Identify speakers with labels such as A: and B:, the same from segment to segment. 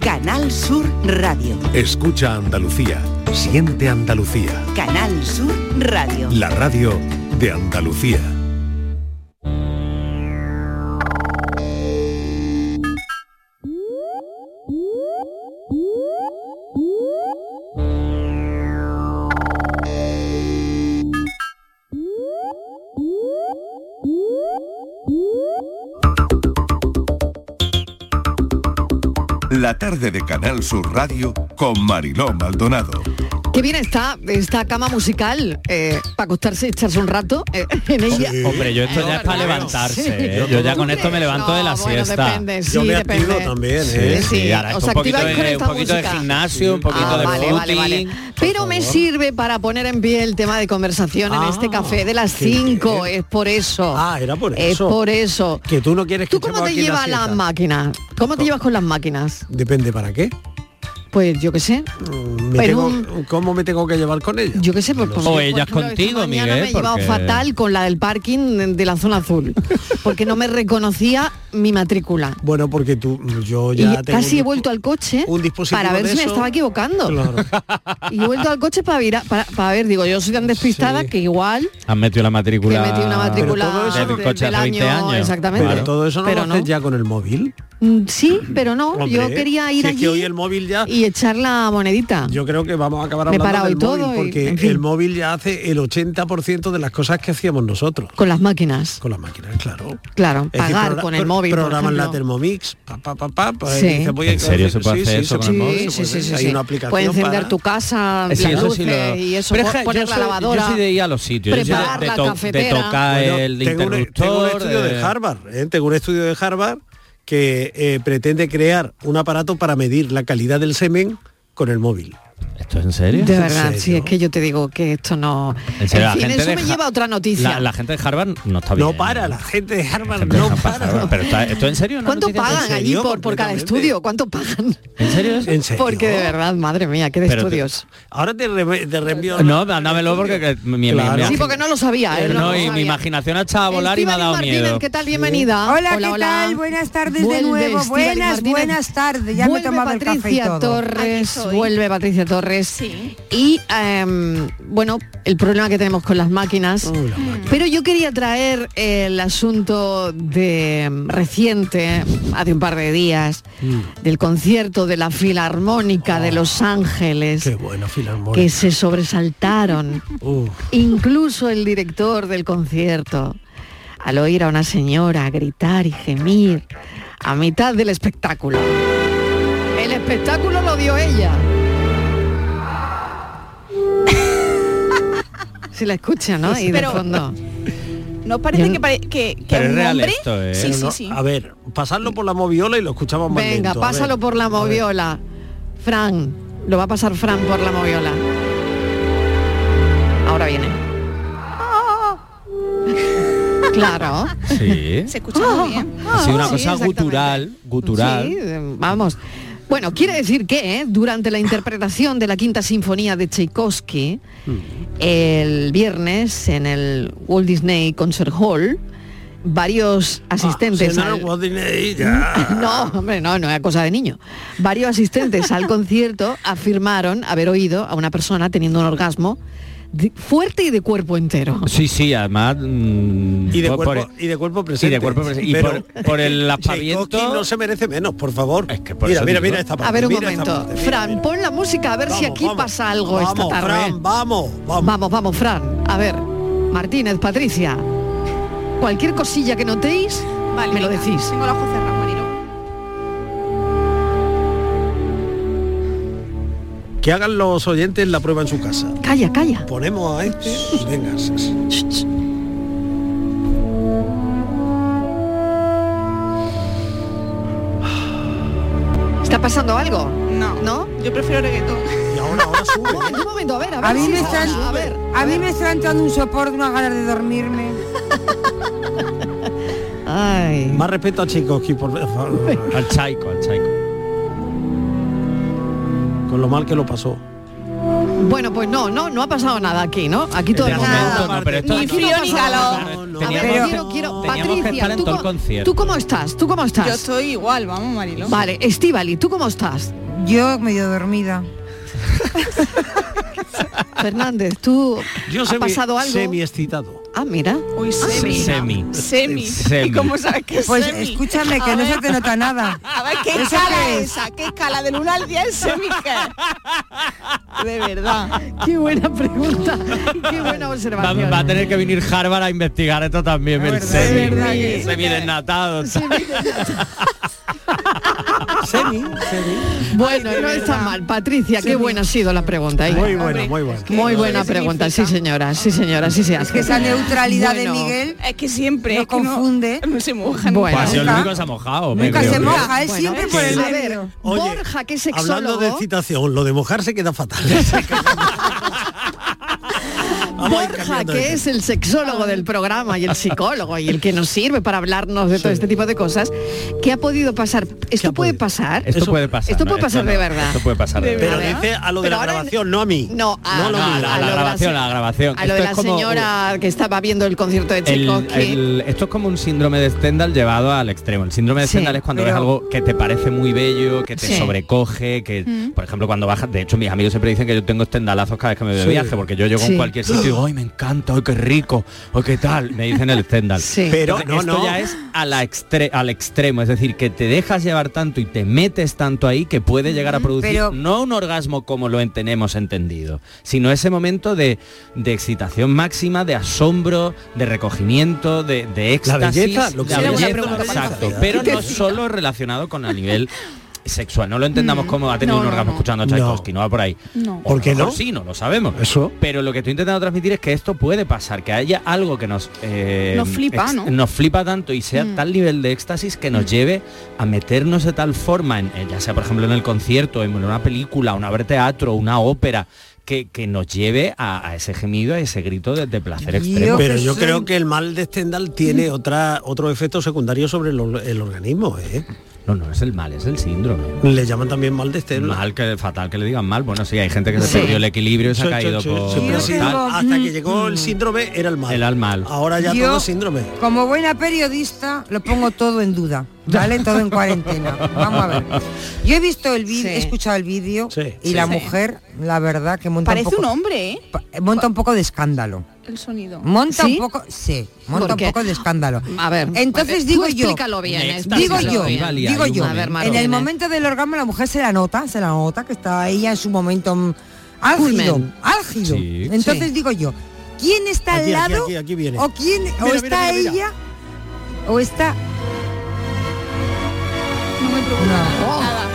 A: Canal Sur Radio.
B: Escucha Andalucía. Siente Andalucía.
A: Canal Sur Radio.
B: La radio de Andalucía.
C: La tarde de Canal Sur Radio con Mariló Maldonado.
D: Qué bien está esta cama musical eh, para acostarse y echarse un rato eh, en ella.
E: Hombre, yo esto ya es para levantarse. ¿eh? Yo ya con esto me levanto de la
D: No, bueno,
E: siesta.
D: depende, Yo sí, me activo depende. también,
E: Sí,
D: ¿eh?
E: sí,
D: Sí,
E: ahora
D: os
E: esto un poquito,
D: activáis con
E: de, un
D: esta
E: poquito de
D: música.
E: gimnasio, un poquito
D: Ah,
E: de
D: vale, vale,
E: footing.
D: vale. Pero me sirve para poner en pie el tema de conversación en este café de las 5. Es por eso. Ah, era por
F: eso.
D: Es por eso.
F: Que tú no quieres que
D: ¿Tú cómo
F: echemos
D: te
F: aquí la
D: llevas
F: siesta.
D: las máquinas? ¿Cómo te llevas con las máquinas?
F: Depende para qué.
D: Pues yo qué sé.
F: Me
D: Pero
F: tengo- ¿Cómo me tengo que llevar con ella?
D: Pues Yo qué sé, pues,
F: por
E: O ellas contigo,
D: Mañana
E: Miguel.
D: me he llevado
E: porque-
D: fatal con la del parking de la zona azul, porque no me reconocía mi matrícula.
F: Bueno, porque tú, yo
D: Y
F: ya tengo
D: casi he
F: un-
D: vuelto al coche para ver
F: de
D: si me
F: eso.
D: estaba equivocando. Y he vuelto al coche para, virar- para, para ver, digo, yo soy tan despistada que igual
E: Han metido la matrícula.
D: Que he metido una matrícula Pero todo eso-
E: del coche
D: del
E: hace 20
D: año,
E: años.
D: exactamente.
E: Claro.
F: todo eso no
D: Pero
F: lo haces ya con el móvil.
D: mm, sí, pero no, yo
F: Hombre,
D: quería
F: si
D: ir
F: es que
D: allí
F: hoy el móvil ya
D: y echar la monedita.
F: Yo creo que vamos a acabar
D: Me he
F: hablando
D: parado
F: del
D: y todo
F: móvil
D: y,
F: porque
D: en fin.
F: el móvil ya hace el 80% de las cosas que hacíamos nosotros.
D: Con las máquinas.
F: Con las máquinas, claro.
D: Claro,
F: Es que
D: pagar
F: progra-
D: con el
F: pro-
D: móvil. por
F: Programan la
D: ejemplo.
F: Thermomix, pa, pa, pa, pa, pa,
D: Sí.
F: y dices, voy a
E: ¿En serio se puede
F: sí,
E: hacer
F: sí,
E: eso
F: se
E: con el
F: puede,
E: móvil?
D: Sí,
F: se
D: sí,
F: puede.
D: sí,
F: Hay
D: sí. Puedes
F: una aplicación
D: encender
F: para...
D: tu casa,
E: Sí,
D: las
E: eso sí
D: luces
E: lo-
D: y eso,
E: Pero
D: po-
E: es que yo
D: poner la
E: soy-
D: lavadora.
E: Yo soy de ir a los sitios. Yo soy
D: preparar
E: Pues, de,
D: la
E: de, eh, to- de
D: cafetera.
E: tocar
F: Bueno,
E: el
F: tengo un-
E: interruptor.
F: tengo un estudio de
E: eh,
F: Harvard, ¿eh? tengo un estudio de Harvard que eh, pretende crear un aparato para medir la calidad del semen con el móvil.
E: ¿Esto es en serio?
D: De verdad, sí, es que yo te digo que esto no...
E: En serio,
D: En fin, eso
E: de
D: me
E: Ha-
D: lleva a otra noticia.
E: La, la gente de Harvard no está bien.
F: No para, la gente de Harvard
E: Gente de
F: no
E: Harvard,
F: para.
E: Pero está- esto en serio, ¿no?
D: ¿Cuánto pagan allí
F: serio?
D: por, por cada
F: Completamente.
D: estudio? ¿Cuánto pagan?
E: ¿En serio?
F: ¿En serio?
D: Porque de verdad, madre mía, qué de
E: Pero te-
D: estudios.
F: Ahora te, re- te reenvío...
E: No, dámelo porque que mi, mi-
F: Claro.
E: mi-
F: Sí,
D: Sí, porque no lo sabía. ¿eh?
E: no,
D: No, lo
E: y mi
D: sabía.
E: imaginación ha echado a volar y me ha
D: Estíbaliz
E: dado
D: Martínez,
E: miedo.
D: ¿Qué tal? Bienvenida.
G: Hola, ¿qué tal? Buenas tardes de nuevo.
D: Estíbaliz
G: Buenas,
D: Martínez.
G: buenas tardes. Ya me he
D: Vuelve
G: tomado el
D: Patricia
G: café y todo.
H: Aquí
D: Torres,
H: estoy.
D: vuelve Patricia Torres.
H: Sí.
D: Y em, bueno, el problema que tenemos con las máquinas. Pero yo quería traer el asunto de em, reciente, hace un par de días,
E: Mm.
D: del concierto de la Filarmónica
E: Oh,
D: de Los Ángeles,
F: Qué bueno, Filarmónica.
D: que se sobresaltaron.
F: Uf.
D: Incluso el director del concierto, al oír a una señora gritar y gemir a mitad del espectáculo. El espectáculo lo dio ella. Si la escucha, ¿no? Y de
H: Pero-
D: fondo.
H: ¿No parece que, pare- que, que
E: Pero es
H: un
E: real
H: hombre?
E: esto, ¿eh?
H: Sí,
F: Pero
H: sí,
F: no-
H: sí.
F: A ver, pasarlo por la moviola y lo escuchamos más
D: Venga,
F: lento, a ver.
D: pásalo por la
F: A ver.
D: moviola. Fran, lo va a pasar Fran por la moviola. Ahora viene. claro. Ah,
E: Sí.
H: Se escucha muy bien.
E: Ha sido una
D: Sí,
E: cosa
D: exactamente.
E: gutural, gutural.
D: Sí, eh, vamos. Bueno, quiere decir que eh, durante la interpretación de la Quinta Sinfonía de Tchaikovsky, el viernes en el Walt Disney Concert Hall, varios
F: Ah, Si
D: asistentes
F: no,
D: al-
F: Walt Disney, ya.
D: no, hombre, no, no era cosa de niño. Varios asistentes al concierto afirmaron haber oído a una persona teniendo un orgasmo de- fuerte y de cuerpo entero.
E: Sí, sí, además... mm,
F: Y de,
E: por-
F: cuerpo,
E: por-
F: y de cuerpo presente.
E: Y de cuerpo presente. Y
F: Pero
E: por- por el
F: Tchaikovsky
E: aspaviento-
F: no se merece menos, por favor.
E: Es que por
F: mira,
E: eso
F: mira,
E: digo.
F: mira esta parte.
D: A ver un
F: mira esta
D: momento.
F: parte, mira,
D: Fran,
F: mira.
D: pon la música a ver si
F: Vamos,
D: aquí
F: vamos.
D: pasa algo esta
F: Vamos,
D: tarde. ¿eh?
F: Fran, vamos, vamos.
D: Vamos, vamos, Fran. A ver, Martínez, Patricia. Cualquier cosilla que notéis,
H: Vale,
D: me lo
H: venga.
D: decís.
H: Tengo los ojos cerrados, Marino.
F: Que hagan los oyentes la prueba en su casa.
D: Calla, calla.
F: Ponemos a este. Venga, sí, sí.
D: Ch, ch. ¿Está pasando algo?
H: No.
D: ¿No?
H: Yo prefiero reggaetón.
F: y ahora, ahora sube.
D: Un momento, a ver, a ver.
G: A mí
D: si
G: me
D: está-
G: están,
D: a ver.
G: a mí me está entrando un sopor de una ganas de dormirme.
D: Ay.
F: Más respeto a Tchaikovsky, por favor,
E: Al chaico, al chaico.
F: con lo mal que lo pasó.
D: Bueno, pues no, no, no ha pasado nada aquí, ¿no? Aquí todo
E: De
D: el
E: momento
D: mundo.
E: no, pero esto
H: Ni
E: no-
H: frío ni
D: no,
H: calor.
E: Claro, teníamos-
D: a ver, quiero, quiero-
E: teníamos que
D: Patricia,
E: estar en
D: ¿tú,
E: todo el
D: cómo-
E: concierto.
D: ¿tú cómo estás? ¿Tú cómo estás?
H: Yo estoy igual, vamos, Mariló.
D: Vale, Estivali, ¿tú cómo estás?
G: Yo medio dormida.
D: Fernández, ¿tú
F: Yo
D: ha
F: semi,
D: pasado algo?
F: semi excitado.
D: Ah, mira.
H: Uy, semi.
F: Eh,
E: Semi.
H: Semi.
E: Semi.
H: ¿Y cómo sabes que es
G: Pues
H: semi?
G: escúchame, que
H: A
G: no
H: ver.
G: se te nota nada.
H: A ver, ¿qué
G: ¿Eso
H: escala
G: qué
H: es
G: es?
H: esa? ¿Qué escala del 1 al ¿eh, 10 semi qué? De verdad.
D: Qué buena pregunta. Qué buena
E: Va,
D: observación.
E: va a tener que venir Harvard a investigar esto también, el
G: verdad,
E: semi.
H: es verdad que-
E: semi desnatado.
F: Semi, semi.
D: Bueno, no está mal. Patricia, qué buena ha sido la pregunta. ¿eh?
F: Muy buena, muy buena.
D: Muy buena
H: Eso
D: pregunta, sí
H: significa.
D: señora, sí señora, sí se hace.
G: Que esa neutralidad
D: Bueno,
G: de Miguel
H: Es que siempre
G: Lo
H: es que no-
G: confunde.
H: No, se moja
D: Bueno.
H: bueno.
F: Ah,
E: Ha sido el
G: Nunca-
E: único que se ha mojado. me
G: nunca
E: creo
G: se
E: yo.
G: moja, él
D: Bueno,
G: siempre
D: que-
G: por el
D: a ver,
G: nervio.
F: Oye,
D: Borja, que es
F: Hablando
D: sexólogo.
F: de excitación, lo de mojarse queda fatal. Vamos a ir
D: Borja,
F: cambiando de
D: que
F: tema.
D: es el sexólogo del programa y el psicólogo y el que nos sirve para hablarnos de todo este tipo de cosas, ¿qué ha podido pasar? ¿Esto
F: ha
D: puede
F: podido?
D: pasar?
E: Esto
F: Eso-
E: puede pasar.
D: esto
E: ¿no?
D: puede pasar de
E: no,
D: verdad.
E: Esto puede pasar de
H: De
E: verdad.
F: Pero
D: ¿verdad?
F: dice a lo de
D: Pero
F: la
D: ahora-
F: grabación, no a mí.
D: No, a,
F: No, lo
E: No,
F: mío.
E: la,
D: a
E: la
D: lo de
E: grabación,
D: se-
E: la grabación.
D: A lo
E: Esto
D: de
E: es
D: la
E: como un-
D: señora que estaba viendo el concierto de
E: El-
D: Chekhov. que-
E: el- esto es como un síndrome de Stendhal llevado al extremo. El síndrome de
D: Sí,
E: Stendhal es cuando
G: pero-
E: ves algo que te parece muy bello, que te
D: Sí.
E: sobrecoge, que, por ejemplo, cuando bajas... De hecho, mis amigos siempre dicen que yo tengo Stendhalazos cada vez que me voy de
F: Sí.
E: viaje, porque yo llego
D: Sí.
E: a cualquier sitio y digo, ¡ay, me encanta! ¡ay, qué rico! ¡ay, qué tal! Me "Este dicen el Stendhal.
D: Sí.
F: Pero
E: Entonces,
F: no, no.
E: esto ya es a la extre- al extremo, es decir, que te dejas llevar tanto y te metes tanto ahí que puede llegar
H: Mm,
E: a producir
G: pero-
E: no un orgasmo como lo en- tenemos entendido, sino ese momento de, de excitación máxima, de asombro, de recogimiento, de, de éxtasis,
F: belleza, lo que
E: la
F: sea. Era
E: belleza,
F: una pregunta para
E: exacto,
F: Patricia.
E: pero no solo relacionado con el nivel sexual, no lo entendamos como ha tenido
H: Mm. no,
E: un
H: no,
E: orgasmo
H: no.
E: escuchando a
F: No.
E: Tchaikovsky, no va por ahí.
H: No.
E: O a lo
F: ¿Por qué
E: mejor
F: no?
E: Sí, no lo sabemos.
F: Eso.
E: Pero lo que estoy intentando transmitir es que esto puede pasar, que haya algo que nos... eh,
H: Nos flipa,
E: ex-
H: ¿no? Mm.
E: Nos flipa tanto y sea tal nivel de éxtasis que nos lleve a meternos de tal forma, en, en- ya sea por ejemplo en el concierto, en una película, una obra de teatro, una ópera, que, que nos lleve a, a ese gemido, a ese grito de, de placer
G: Yo-
E: extremo.
F: Pero yo
G: Jesús.
F: creo que el mal de Stendhal tiene otra, otro efecto secundario sobre el, or- el organismo. ¿eh?
E: No, no es el mal, es el síndrome.
F: Le llaman también mal de Stendhal.
E: Mal, que fatal que le digan mal. Bueno, sí, hay gente que se
D: Sí.
E: perdió el equilibrio y se
F: Yo-
E: ha
F: yo-
E: caído
F: yo-
E: por...
F: siempre ha
E: por
F: sido-
E: tal.
F: hasta que llegó
H: Mm.
F: el síndrome era el mal.
E: El al mal.
F: Ahora ya
G: Yo-
F: todo es síndrome.
G: Como buena periodista, lo pongo todo en duda, ¿vale? Todo en cuarentena. Vamos a ver. Yo he visto el vídeo,
D: Sí.
G: he escuchado el vídeo
F: Sí,
G: y la
H: sí.
G: mujer, la verdad, que monta
H: Parece
G: un
H: un
G: poco,
H: hombre, ¿eh?
G: pa- monta un poco de escándalo.
H: El sonido.
G: Monta
D: ¿Sí?
G: un poco, sí, monta
D: ¿Por
G: un
D: qué?
G: poco de escándalo.
D: A ver,
G: entonces
D: vale, tú
G: digo yo,
D: explícalo bien,
E: Me
D: explícalo
G: digo
E: Estás
G: yo,
E: en la
D: bien.
E: rivalidad,
G: digo
E: hay un
G: yo,
E: momento.
D: A ver,
G: en
D: Martínez.
G: el momento del orgasmo la mujer se la nota, se la nota que está ella en su momento mm, álgido,
D: Culmen.
G: álgido.
E: Sí.
G: Entonces
D: Sí.
G: digo yo, ¿quién está
F: Aquí, aquí,
G: al lado
F: aquí, aquí viene.
G: o quién o
F: mira, mira,
G: está
F: mira.
G: ella o está
H: No me preocupa
G: No.
H: nada.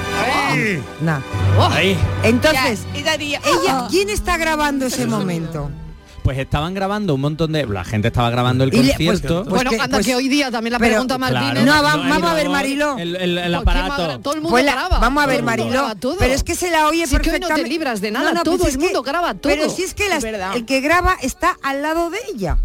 G: nada.
E: Ahí.
G: Entonces,
H: Ya, ella diría,
G: ella
H: "Ah".
G: ¿quién está grabando ese momento?
E: Pues estaban grabando un montón de... La gente estaba grabando el
G: Y le-
E: concierto.
G: pues
D: bueno,
G: que-
D: anda
G: pues-
D: que hoy día también la
G: pero-
D: pregunta a Martínez.
G: No, va- vamos a ver,
E: grabador,
G: Mariló.
E: El, el- el
D: ¿Por qué
E: aparato.
D: Madonna? Todo el mundo
G: Pues la-
D: graba.
G: vamos
D: todo
G: a ver,
D: el mundo
G: Mariló,
D: graba todo.
G: pero es que se la oye
D: Si es que hoy no te
G: perfectamente.
D: libras de nada, todo
G: pues
D: el mundo graba todo.
G: Pero si es que
H: Es
G: las-
H: verdad.
G: el que graba está al lado de ella.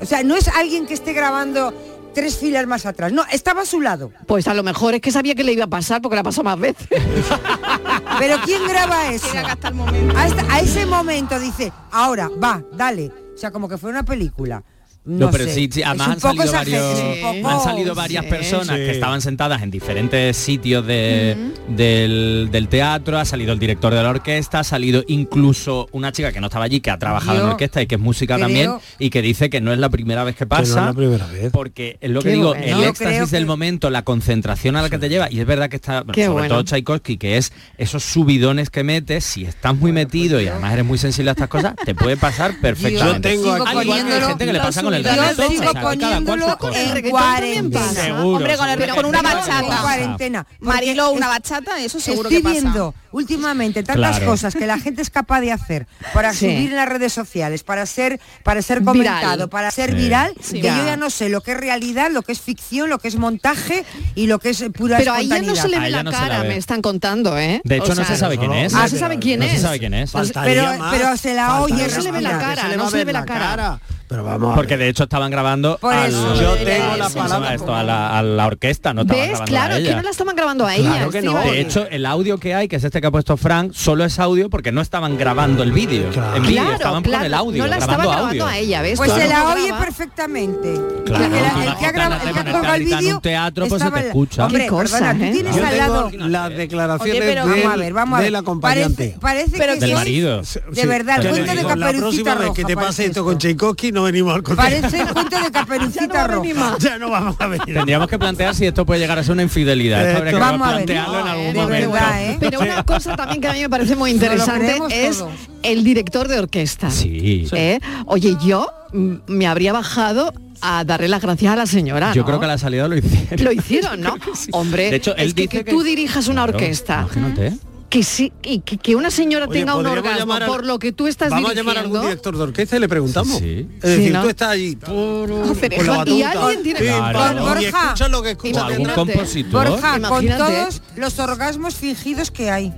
G: O sea, no es alguien que esté grabando tres filas más atrás. No, estaba a su lado.
D: Pues a lo mejor es que sabía que le iba a pasar porque la pasó más veces.
G: Pero ¿quién graba eso?
H: Llega hasta el momento.
G: A, esta- a ese momento dice, ahora, va, dale. O sea, como que fue una película. No,
E: No, pero
G: sé.
E: sí, sí,
G: Es
E: además
G: un
E: han
G: poco
E: salido,
G: exagerado,
E: varios,
G: es un
D: Sí.
G: poco-
E: han salido varias
D: sí.
E: personas
F: Sí.
E: que estaban sentadas en diferentes sitios de- del, del teatro, ha salido el director de la orquesta, ha salido incluso una chica que no estaba allí, que ha trabajado en
G: Yo
E: orquesta y que es música
G: creo-
E: también, y que dice que no es la primera vez que pasa.
F: es la primera vez.
E: Porque es lo que
D: Qué
E: digo,
D: bueno.
E: el
G: Yo creo
E: éxtasis del
G: que-
E: momento, la concentración a la que te lleva, y es verdad que está, bueno,
D: Qué
E: sobre
D: bueno.
E: todo Tchaikovsky, que es esos subidones que metes, si estás muy metido y además eres muy sensible a estas cosas, te puede pasar perfectamente.
F: Yo tengo aquí-
G: sigo
E: Al igual que hay
G: poniéndolo-
E: gente que le pasa con el
H: Yo
E: reggaetón,
G: sigo
E: o sea, cada cual
G: poniéndolo
E: sus cosas.
G: en
D: reggaetón también
G: cuarenta.
D: pasa.
E: Seguro,
H: Hombre, con, el-
E: seguro.
H: con una
G: Pero En
H: bachata.
G: cuarentena.
E: Ah.
G: porque
H: Mariló, una
G: es-
H: bachata, eso seguro
G: Estoy
H: que pasa.
G: viendo últimamente tantas
E: Claro.
G: cosas que la gente es capaz de hacer para
D: Sí.
G: subir en las redes sociales, para ser, para ser
D: Viral.
G: comentado, para ser
E: Sí.
G: viral,
H: Sí.
G: que
D: Ya.
G: yo ya no sé lo que es realidad, lo que es ficción, lo que es montaje y lo que es pura
D: Pero a ella no se le
E: A
D: ve
E: ella
D: la
E: no se la
D: cara,
E: ve.
D: me están contando, ¿eh?
E: De hecho, no se sabe quién es.
D: No Ah, se sabe quién
E: No
D: es.
E: se sabe quién es.
F: Faltaría
G: Pues, Pero-
F: más,
G: pero se la
F: faltaría
G: oye,
F: más.
G: no se le ve la
F: Mira, que
D: cara,
F: le
D: no
F: va a
D: se le
F: ver
D: ve la cara.
F: Pero vamos a
E: Porque
F: ver.
E: de hecho estaban grabando
G: Por
E: al-
G: eso.
F: Yo tengo la
E: ¿cómo se llama
F: palabra.
E: esto? a la, a la orquesta, no estaban
D: ¿Ves?
E: grabando a
D: Claro, es
E: ella.
D: que no la estaban grabando a ella.
F: Claro que no.
D: Estíbaliz.
E: De hecho, el audio que hay, que es este este que ha puesto Frank solo es audio porque no estaban grabando el vídeo.
F: Claro.
E: En vídeo
D: Claro,
E: estaban
D: claro,
E: con el audio.
D: no la estaba
E: grabando
D: grabando
E: audio.
D: a ella, ¿ves?
G: Pues
D: Claro.
G: se la oye
D: Graba.
G: perfectamente.
E: Claro,
G: el, que la-
E: tú
G: el que ha
E: imagínate,
G: grabado, el que ha
E: imagínate
G: colgado el
E: ahorita en
G: vídeo
E: un teatro, pues se
G: estaba
E: te
G: la-
E: escucha.
G: Hombre,
D: Qué cosa,
G: perdona, tú
D: ¿eh?
G: tienes
F: Yo
G: al lado.
F: tengo las declaraciones
H: Oye, pero
F: del,
G: Vamos a ver, vamos a ver.
F: del acompañante.
G: Parece, parece
H: Pero
G: que
E: Del
G: sois-
E: marido.
G: De verdad,
E: Del
G: cuento de
E: marido.
F: la
G: caperucita
F: próxima vez
G: roja.
F: que te
G: parece
F: pase esto con Tchaikovsky no venimos al concierto.
G: Parece el cuento de caperucita roja.
F: Ya no vamos a venir.
E: Tendríamos que plantear si esto puede llegar a ser una infidelidad. Esto habría que
G: Vamos a ver.
E: plantearlo en algún
G: de
E: momento.
G: verdad, ¿eh?
D: Pero una cosa también que a mí me parece muy interesante
G: creemos
D: es
G: todos.
D: el director de orquesta.
E: Sí.
D: ¿Eh? Oye, yo mm, me habría bajado a darle las gracias a la señora.
E: Yo
D: ¿no?
E: creo que a la salida lo hicieron.
D: lo hicieron, ¿no? Hombre,
E: De hecho, él
D: es que,
E: dice
D: que tú dirijas una
E: Claro,
D: orquesta.
E: imagínate, ¿eh?
D: que sí, y que, que una señora
F: Oye,
D: tenga un
F: podríamos
D: orgasmo
F: llamar al-
D: por lo que tú estás
F: Vamos
D: dirigiendo.
F: a llamar a algún director de orquesta y le preguntamos.
E: Sí, sí.
F: Es
D: Sí,
F: decir,
D: ¿no?
F: tú estás allí.
D: Pero,
F: con la
D: hija, y
F: batuta,
D: alguien tiene que-
F: pim, pam,
G: Claro.
F: Y
G: Borja.
F: escucha lo que
E: O
F: escucha.
E: algún
F: detrás.
E: compositor.
G: Borja,
D: Imagínate.
G: con todos los orgasmos fingidos que hay.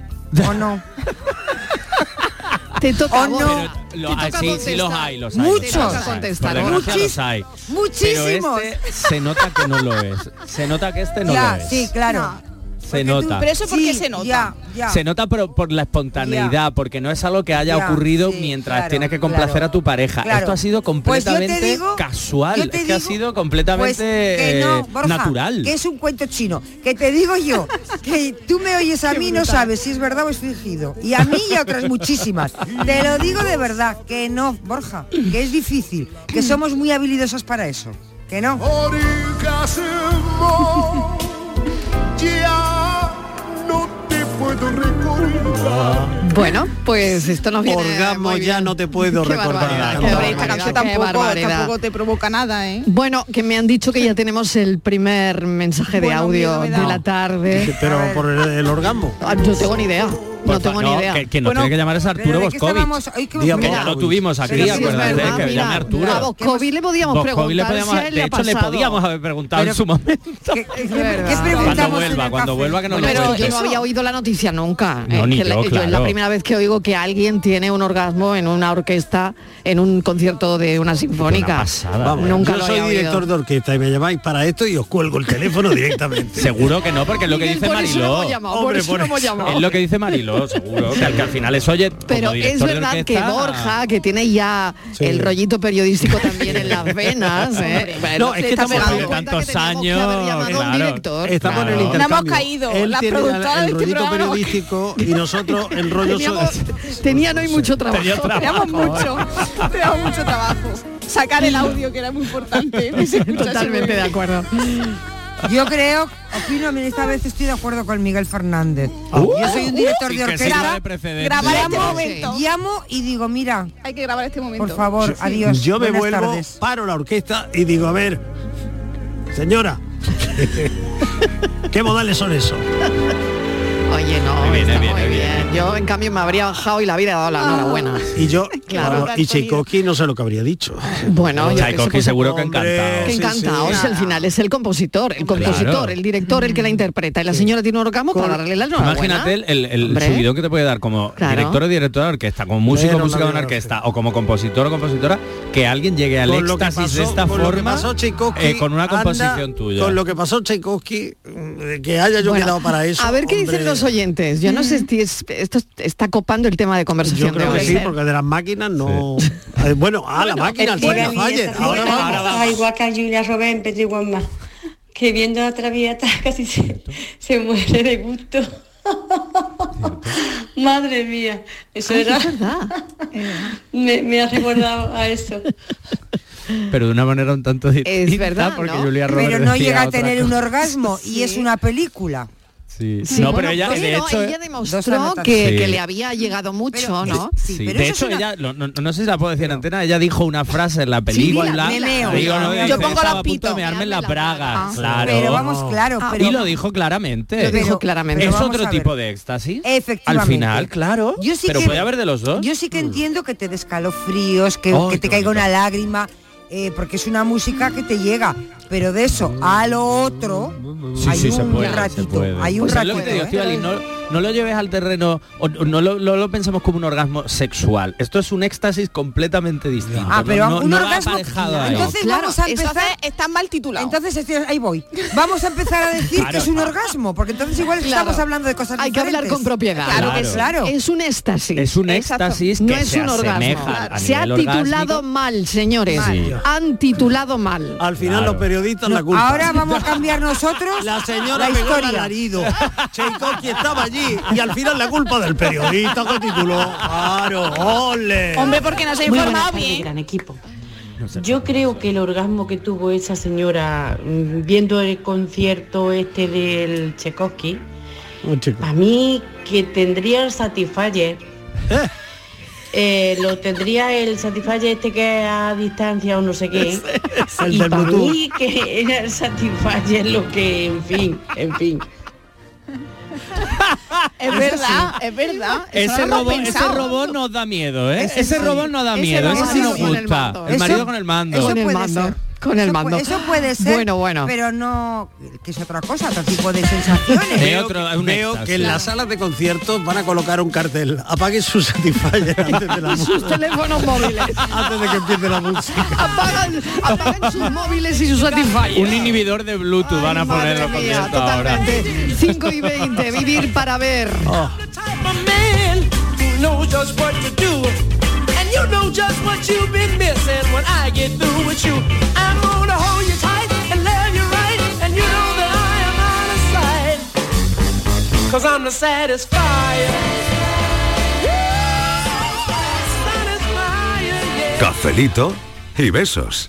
G: ¿O no?
D: Te toca
G: Oh, no.
D: a vos.
E: Pero
D: Te
E: lo-
D: toca
E: ah, sí, sí
D: contestar.
E: los hay, los hay.
G: Muchos.
D: Te toca
E: Los hay.
D: contestar.
E: Por desgracia,
G: Muchis-
E: los hay.
G: muchísimos.
E: Pero este se nota que no lo es. Se nota que este no
G: ya,
E: lo es.
G: sí, claro.
E: se
G: Porque tú-
E: nota.
H: Pero eso porque
G: Sí,
H: se nota.
G: Ya, ya.
E: Se nota por, por la espontaneidad,
G: Ya.
E: porque no es algo que haya
G: Ya,
E: ocurrido
G: sí,
E: mientras
G: claro,
E: tienes que complacer
G: claro.
E: a tu pareja.
G: Claro.
E: Esto ha sido
G: Pues yo te
E: completamente
G: digo-
E: casual.
G: yo
E: Es
G: te
E: que ha
G: digo,
E: sido completamente
G: pues que no,
E: eh,
G: Borja,
E: natural.
G: Que es un cuento chino. Que te digo yo, que tú me oyes a mí y no sabes si es verdad o es fingido. Y a mí y a otras muchísimas. Te lo digo de verdad, que no, Borja, que es difícil, que somos muy habilidosos para eso. Que no.
D: Bueno, pues esto nos viene
F: Orgasmo
D: muy
F: ya
D: bien.
F: no te puedo
D: Qué
F: recordar.
D: barbaridad,
F: Hombre,
D: qué
H: Hombre, esta
D: barbaridad,
H: canción
D: qué
H: tampoco,
D: barbaridad.
H: tampoco te provoca nada, ¿eh?
D: Bueno, que me han dicho que ya tenemos el primer mensaje de
H: Bueno,
D: audio
H: miedo me da.
D: de la tarde.
F: Pero por el, el orgasmo.
D: Ah, No tengo ni idea.
E: Por
D: No tengo
E: fa-
D: ni idea.
E: Pues, que, que nos
G: Bueno,
E: tiene que llamar es Arturo
G: ¿de qué estábamos
E: Boscovich.
G: hoy? Que-
F: Diga,
E: Que
G: mira,
E: ya lo
F: Boscovich.
E: tuvimos aquí,
G: Pero sí, es
E: acuérdate,
G: verdad,
E: que
G: mira,
E: llame Arturo.
D: a Boscovi le podíamos
E: Boscovich le
D: preguntar
E: podíamos-
D: si a él
E: de
D: ha
E: hecho, le
D: pasado.
E: podíamos haber preguntado en su momento.
G: ¿qué- qué-
D: verdad.
G: qué preguntamos
E: Cuando
G: en el
E: vuelva, cuando
G: café?
E: vuelva que nos lo
D: Pero yo
E: cuentes.
D: no había oído la noticia nunca.
E: No,
D: eh,
E: ni
D: que la-
E: yo,
D: es la
E: claro.
D: primera vez que oigo que alguien tiene un orgasmo en una orquesta, en un concierto de una sinfónica.
E: Una pasada, ¿eh?
F: Vamos,
D: nunca
F: yo
D: lo
F: soy
D: había
F: director
D: oído.
F: de orquesta y me llamáis para esto y os cuelgo el teléfono directamente.
E: Seguro que no, porque es lo que
D: Miguel,
E: dice
D: por eso no
E: Mariló.
D: hemos llamado, por
F: Hombre,
D: eso
F: por
D: no hemos
F: eso.
D: llamado.
E: Es lo que dice Mariló, seguro. Que al, que al final es oye. como
D: Pero es
E: director de
D: verdad que
E: orquesta,
D: Borja, que tiene ya
F: Sí.
D: el rollito periodístico también en las venas, ¿eh? Bueno,
F: No, es
D: se
F: que
D: está
F: estamos
D: dando
E: de
D: cuenta
E: tantos
D: que teníamos que
E: años,
D: haber llamado a un
E: claro.
D: director.
F: Estamos en el
E: Claro.
F: intercambio.
H: No hemos caído.
F: Él
H: La
F: tiene
H: productora de
F: el
H: este
F: rollito
H: programa-
F: periodístico y nosotros el rollo...
D: Teníamos-
F: so-
D: tenían hoy mucho trabajo.
E: Tenía otra-
H: Teníamos mucho, teníamos mucho trabajo. Sacar el audio que era muy importante. que se escuchase muy
D: Totalmente
H: bien.
D: de acuerdo.
G: Yo creo, opino, mira, esta vez estoy de acuerdo con Miguel Fernández. Ah, Yo soy un director
E: Sin
G: de
E: Oh. Uh, que sirva
G: orquesta.
E: de precedente.
H: Grabar este
G: Llamo,
H: momento.
G: llamo y digo, mira,
H: Hay que grabar este momento.
G: por favor, adiós.
F: Yo me
G: buenas
F: vuelvo,
G: tardes.
F: paro la orquesta y digo, a ver, señora, ¿qué modales son esos?
D: Oye, no,
E: Ahí viene,
D: está
E: viene,
D: muy
E: viene.
D: bien. Yo, en cambio, me habría bajado y la hubiera dado
E: Ah.
D: la enhorabuena.
F: Y yo,
D: Claro.
F: vamos, y Tchaikovsky no sé lo que habría dicho.
D: Bueno, yo qué sé,
E: Tchaikovsky
D: pues,
E: seguro que
F: hombre,
E: encantado.
D: Que
F: Sí,
D: encantado,
F: sí.
D: o sea, al final es el compositor, el compositor,
E: Claro.
D: el director, el que la interpreta. Y la señora tiene un orgasmo para darle la enhorabuena.
E: Imagínate el, el- el
D: Hombre.
E: subidón que te puede dar como
D: Claro.
E: director o directora de orquesta, como músico
F: Pero
E: o músico de
F: no, no,
E: una
F: no,
E: orquesta o como compositor o compositora, que alguien llegue al
F: Con lo que
E: éxtasis de
F: pasó-
E: esta
F: con lo que
E: forma
F: pasó Tchaikovsky,
E: eh, con una
F: anda,
E: composición tuya.
F: Con lo que pasó Tchaikovsky, mm, que haya yo
D: Bueno,
F: quedado para eso.
D: a ver qué
F: hombre. Mm.
D: dicen los oyentes. Yo no sé si es- esto está copando el tema de conversación
F: Yo creo
D: de
F: que
D: hoy.
F: sí, porque de las máquinas no. Eh, Bueno, ah, la máquina, el
G: bueno,
F: Tony
G: y
F: Fallett,
G: esta-
F: Ahora
G: bueno,
F: vamos.
I: Ah, igual que a Julia Roberts en Petri One Man, que viendo la traviata casi se, se muere de gusto. Madre mía, eso era,
D: Es verdad.
I: me, me ha recordado a eso.
E: pero de una manera un tanto distinta
D: verdad,
E: porque
D: ¿no?
E: Julia Roberts
G: Pero no
E: decía
G: llega a
E: otra
G: tener un
E: cosa.
G: orgasmo y es una película.
E: Sí.
D: Sí,
E: no
D: bueno,
E: pero ella
D: pero
E: de hecho
D: ella
G: Dos
D: demostró
G: anotaciones.
D: que,
E: Sí.
D: que le había llegado mucho,
G: Pero-
D: ¿no?
G: Sí,
E: Sí,
G: pero
E: de
G: eso
E: hecho
G: es una-
E: ella lo- no, no- no sé si la puedo decir en antena ella dijo una frase en la película
D: dila, dila.
E: digo, no,
D: Yo
E: dice,
H: pongo
E: "Estaba
H: los
E: a punto de
H: pitos".
E: mearme en la
D: Ah.
E: braga claro Ah.
G: Pero vamos, claro, Ah, pero
E: y lo dijo claramente
D: Lo dijo
G: pero-
D: claramente.
G: pero
E: es
G: vamos
E: otro
G: a ver.
E: tipo de éxtasis
G: Efectivamente.
E: al final claro
G: Yo sí
E: pero
G: que-
E: puede haber de los dos Mm.
G: Yo sí que entiendo que te descaló fríos, que,
E: Ay,
G: que te
E: qué
G: caiga
E: bonito.
G: una lágrima, eh, porque es una música que te llega. Pero de eso a lo otro,
E: Sí,
G: hay
E: sí,
G: un
E: se puede, se
G: ratito.
E: puede.
G: Hay un
E: Pues es lo
G: ratito.
E: que te digo,
G: ¿eh?
E: Estíbaliz, no, no lo lleves al terreno, o- o no lo, lo- lo pensemos como un orgasmo sexual. Esto es un éxtasis completamente distinto.
G: Ah,
E: no-
G: pero
E: no-
G: un
E: no va
G: orgasmo.
E: aparejado a él.
G: Entonces
D: Claro,
G: vamos a
D: eso
G: empezar.
D: hace-
H: Está mal titulado.
G: Entonces estoy- ahí voy. Vamos a empezar a decir
E: Claro.
G: que es un orgasmo, porque entonces igual
D: Claro.
G: estamos hablando de cosas
D: Hay que hablar
G: diferentes.
D: con propiedad.
E: Claro que
G: Claro. sí.
D: Es un éxtasis.
E: es un
H: Exacto.
E: éxtasis que
D: no es
E: se
D: un
E: asemeja
D: orgasmo.
E: a
D: Se ha
E: nivel
D: titulado
E: orgásmico.
D: mal, señores.
E: Sí.
D: Han titulado mal.
F: Al final
E: Claro.
F: los periodistas la culpa.
G: Ahora vamos a cambiar nosotros
F: la señora pegó el
G: historia.
F: alarido. Tchaikovsky estaba allí y al final la culpa del periodista que tituló. Claro, ole.
H: Hombre, porque no se ha
I: Muy
H: informado
I: buenas tardes,
H: bien.
I: gran equipo. Yo creo que el orgasmo que tuvo esa señora mm, viendo el concierto este del Tchaikovsky,
F: Un Oh, chico.
I: para mí que tendría el Satisfyer, eh, lo tendría el Satisfyer este que es a distancia o no sé qué,
F: el
I: y
F: del
I: para
F: Bluetooth.
I: mí que era el Satisfyer lo que, en fin, en fin.
H: Ah, Es verdad, es verdad. Eso no
E: Ese
H: lo hemos
E: robot, ese
H: pensado.
E: robot nos da miedo, ¿eh?
G: Ese
E: Ese,
G: sí.
E: robot nos da
D: Ese
E: miedo,
D: robot
E: ese nos
D: con el
E: gusta.
D: mando.
E: El,
G: Eso-
E: marido con el mando.
G: Eso
D: Con el
G: puede
D: mando.
G: ser.
D: Con el
G: Eso pu-
D: mando.
G: Eso puede ser.
D: Bueno, bueno.
G: Pero no, que es otra cosa, otro tipo de sensaciones.
E: De
F: Veo,
E: otro-
F: que-
E: un
F: veo
E: éxtasis.
F: que en las salas de conciertos van a colocar un cartel. Apaguen sus satisfyer antes de la
D: Sus
F: música.
D: teléfonos móviles.
F: Antes de que empiece la música.
D: Apagan, apagan sus móviles y sus satisfyer.
E: Un inhibidor de Bluetooth van a poner los
D: Madre mía,
E: conciertos ahora.
D: totalmente. 5 y 20, vivir para ver.
B: Cafelito y besos.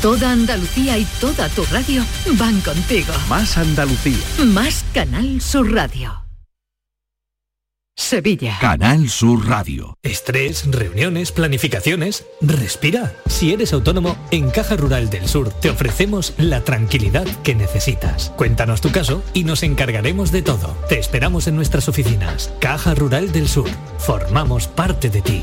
J: Toda Andalucía y toda tu radio van contigo.
B: Más Andalucía.
J: Más Canal Sur Radio. Sevilla.
C: Canal Sur Radio.
K: Estrés, reuniones, planificaciones. Respira. Si eres autónomo, en Caja Rural del Sur te ofrecemos la tranquilidad que necesitas. Cuéntanos tu caso y nos encargaremos de todo. Te esperamos en nuestras oficinas. Caja Rural del Sur. Formamos parte de ti.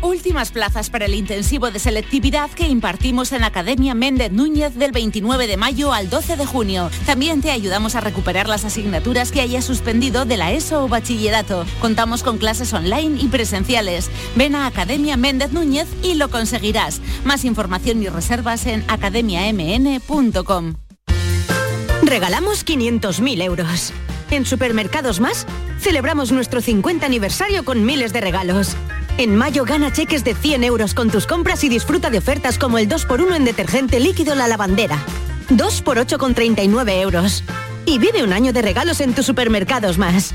L: Últimas plazas para el intensivo de selectividad que impartimos en la Academia Méndez Núñez del 29 de mayo al 12 de junio. También te ayudamos a recuperar las asignaturas que hayas suspendido de la ESO o bachillerato. Contamos con clases online y presenciales. Ven a Academia Méndez Núñez y lo conseguirás. Más información y reservas en academiamn.com.
J: Regalamos 500.000 euros. En Supermercados Más celebramos nuestro 50 aniversario con miles de regalos. En mayo gana cheques de 100 euros con tus compras y disfruta de ofertas como el 2x1 en detergente líquido La Lavandera. 2x8 con 39 euros. Y vive un año de regalos en tus Supermercados Más.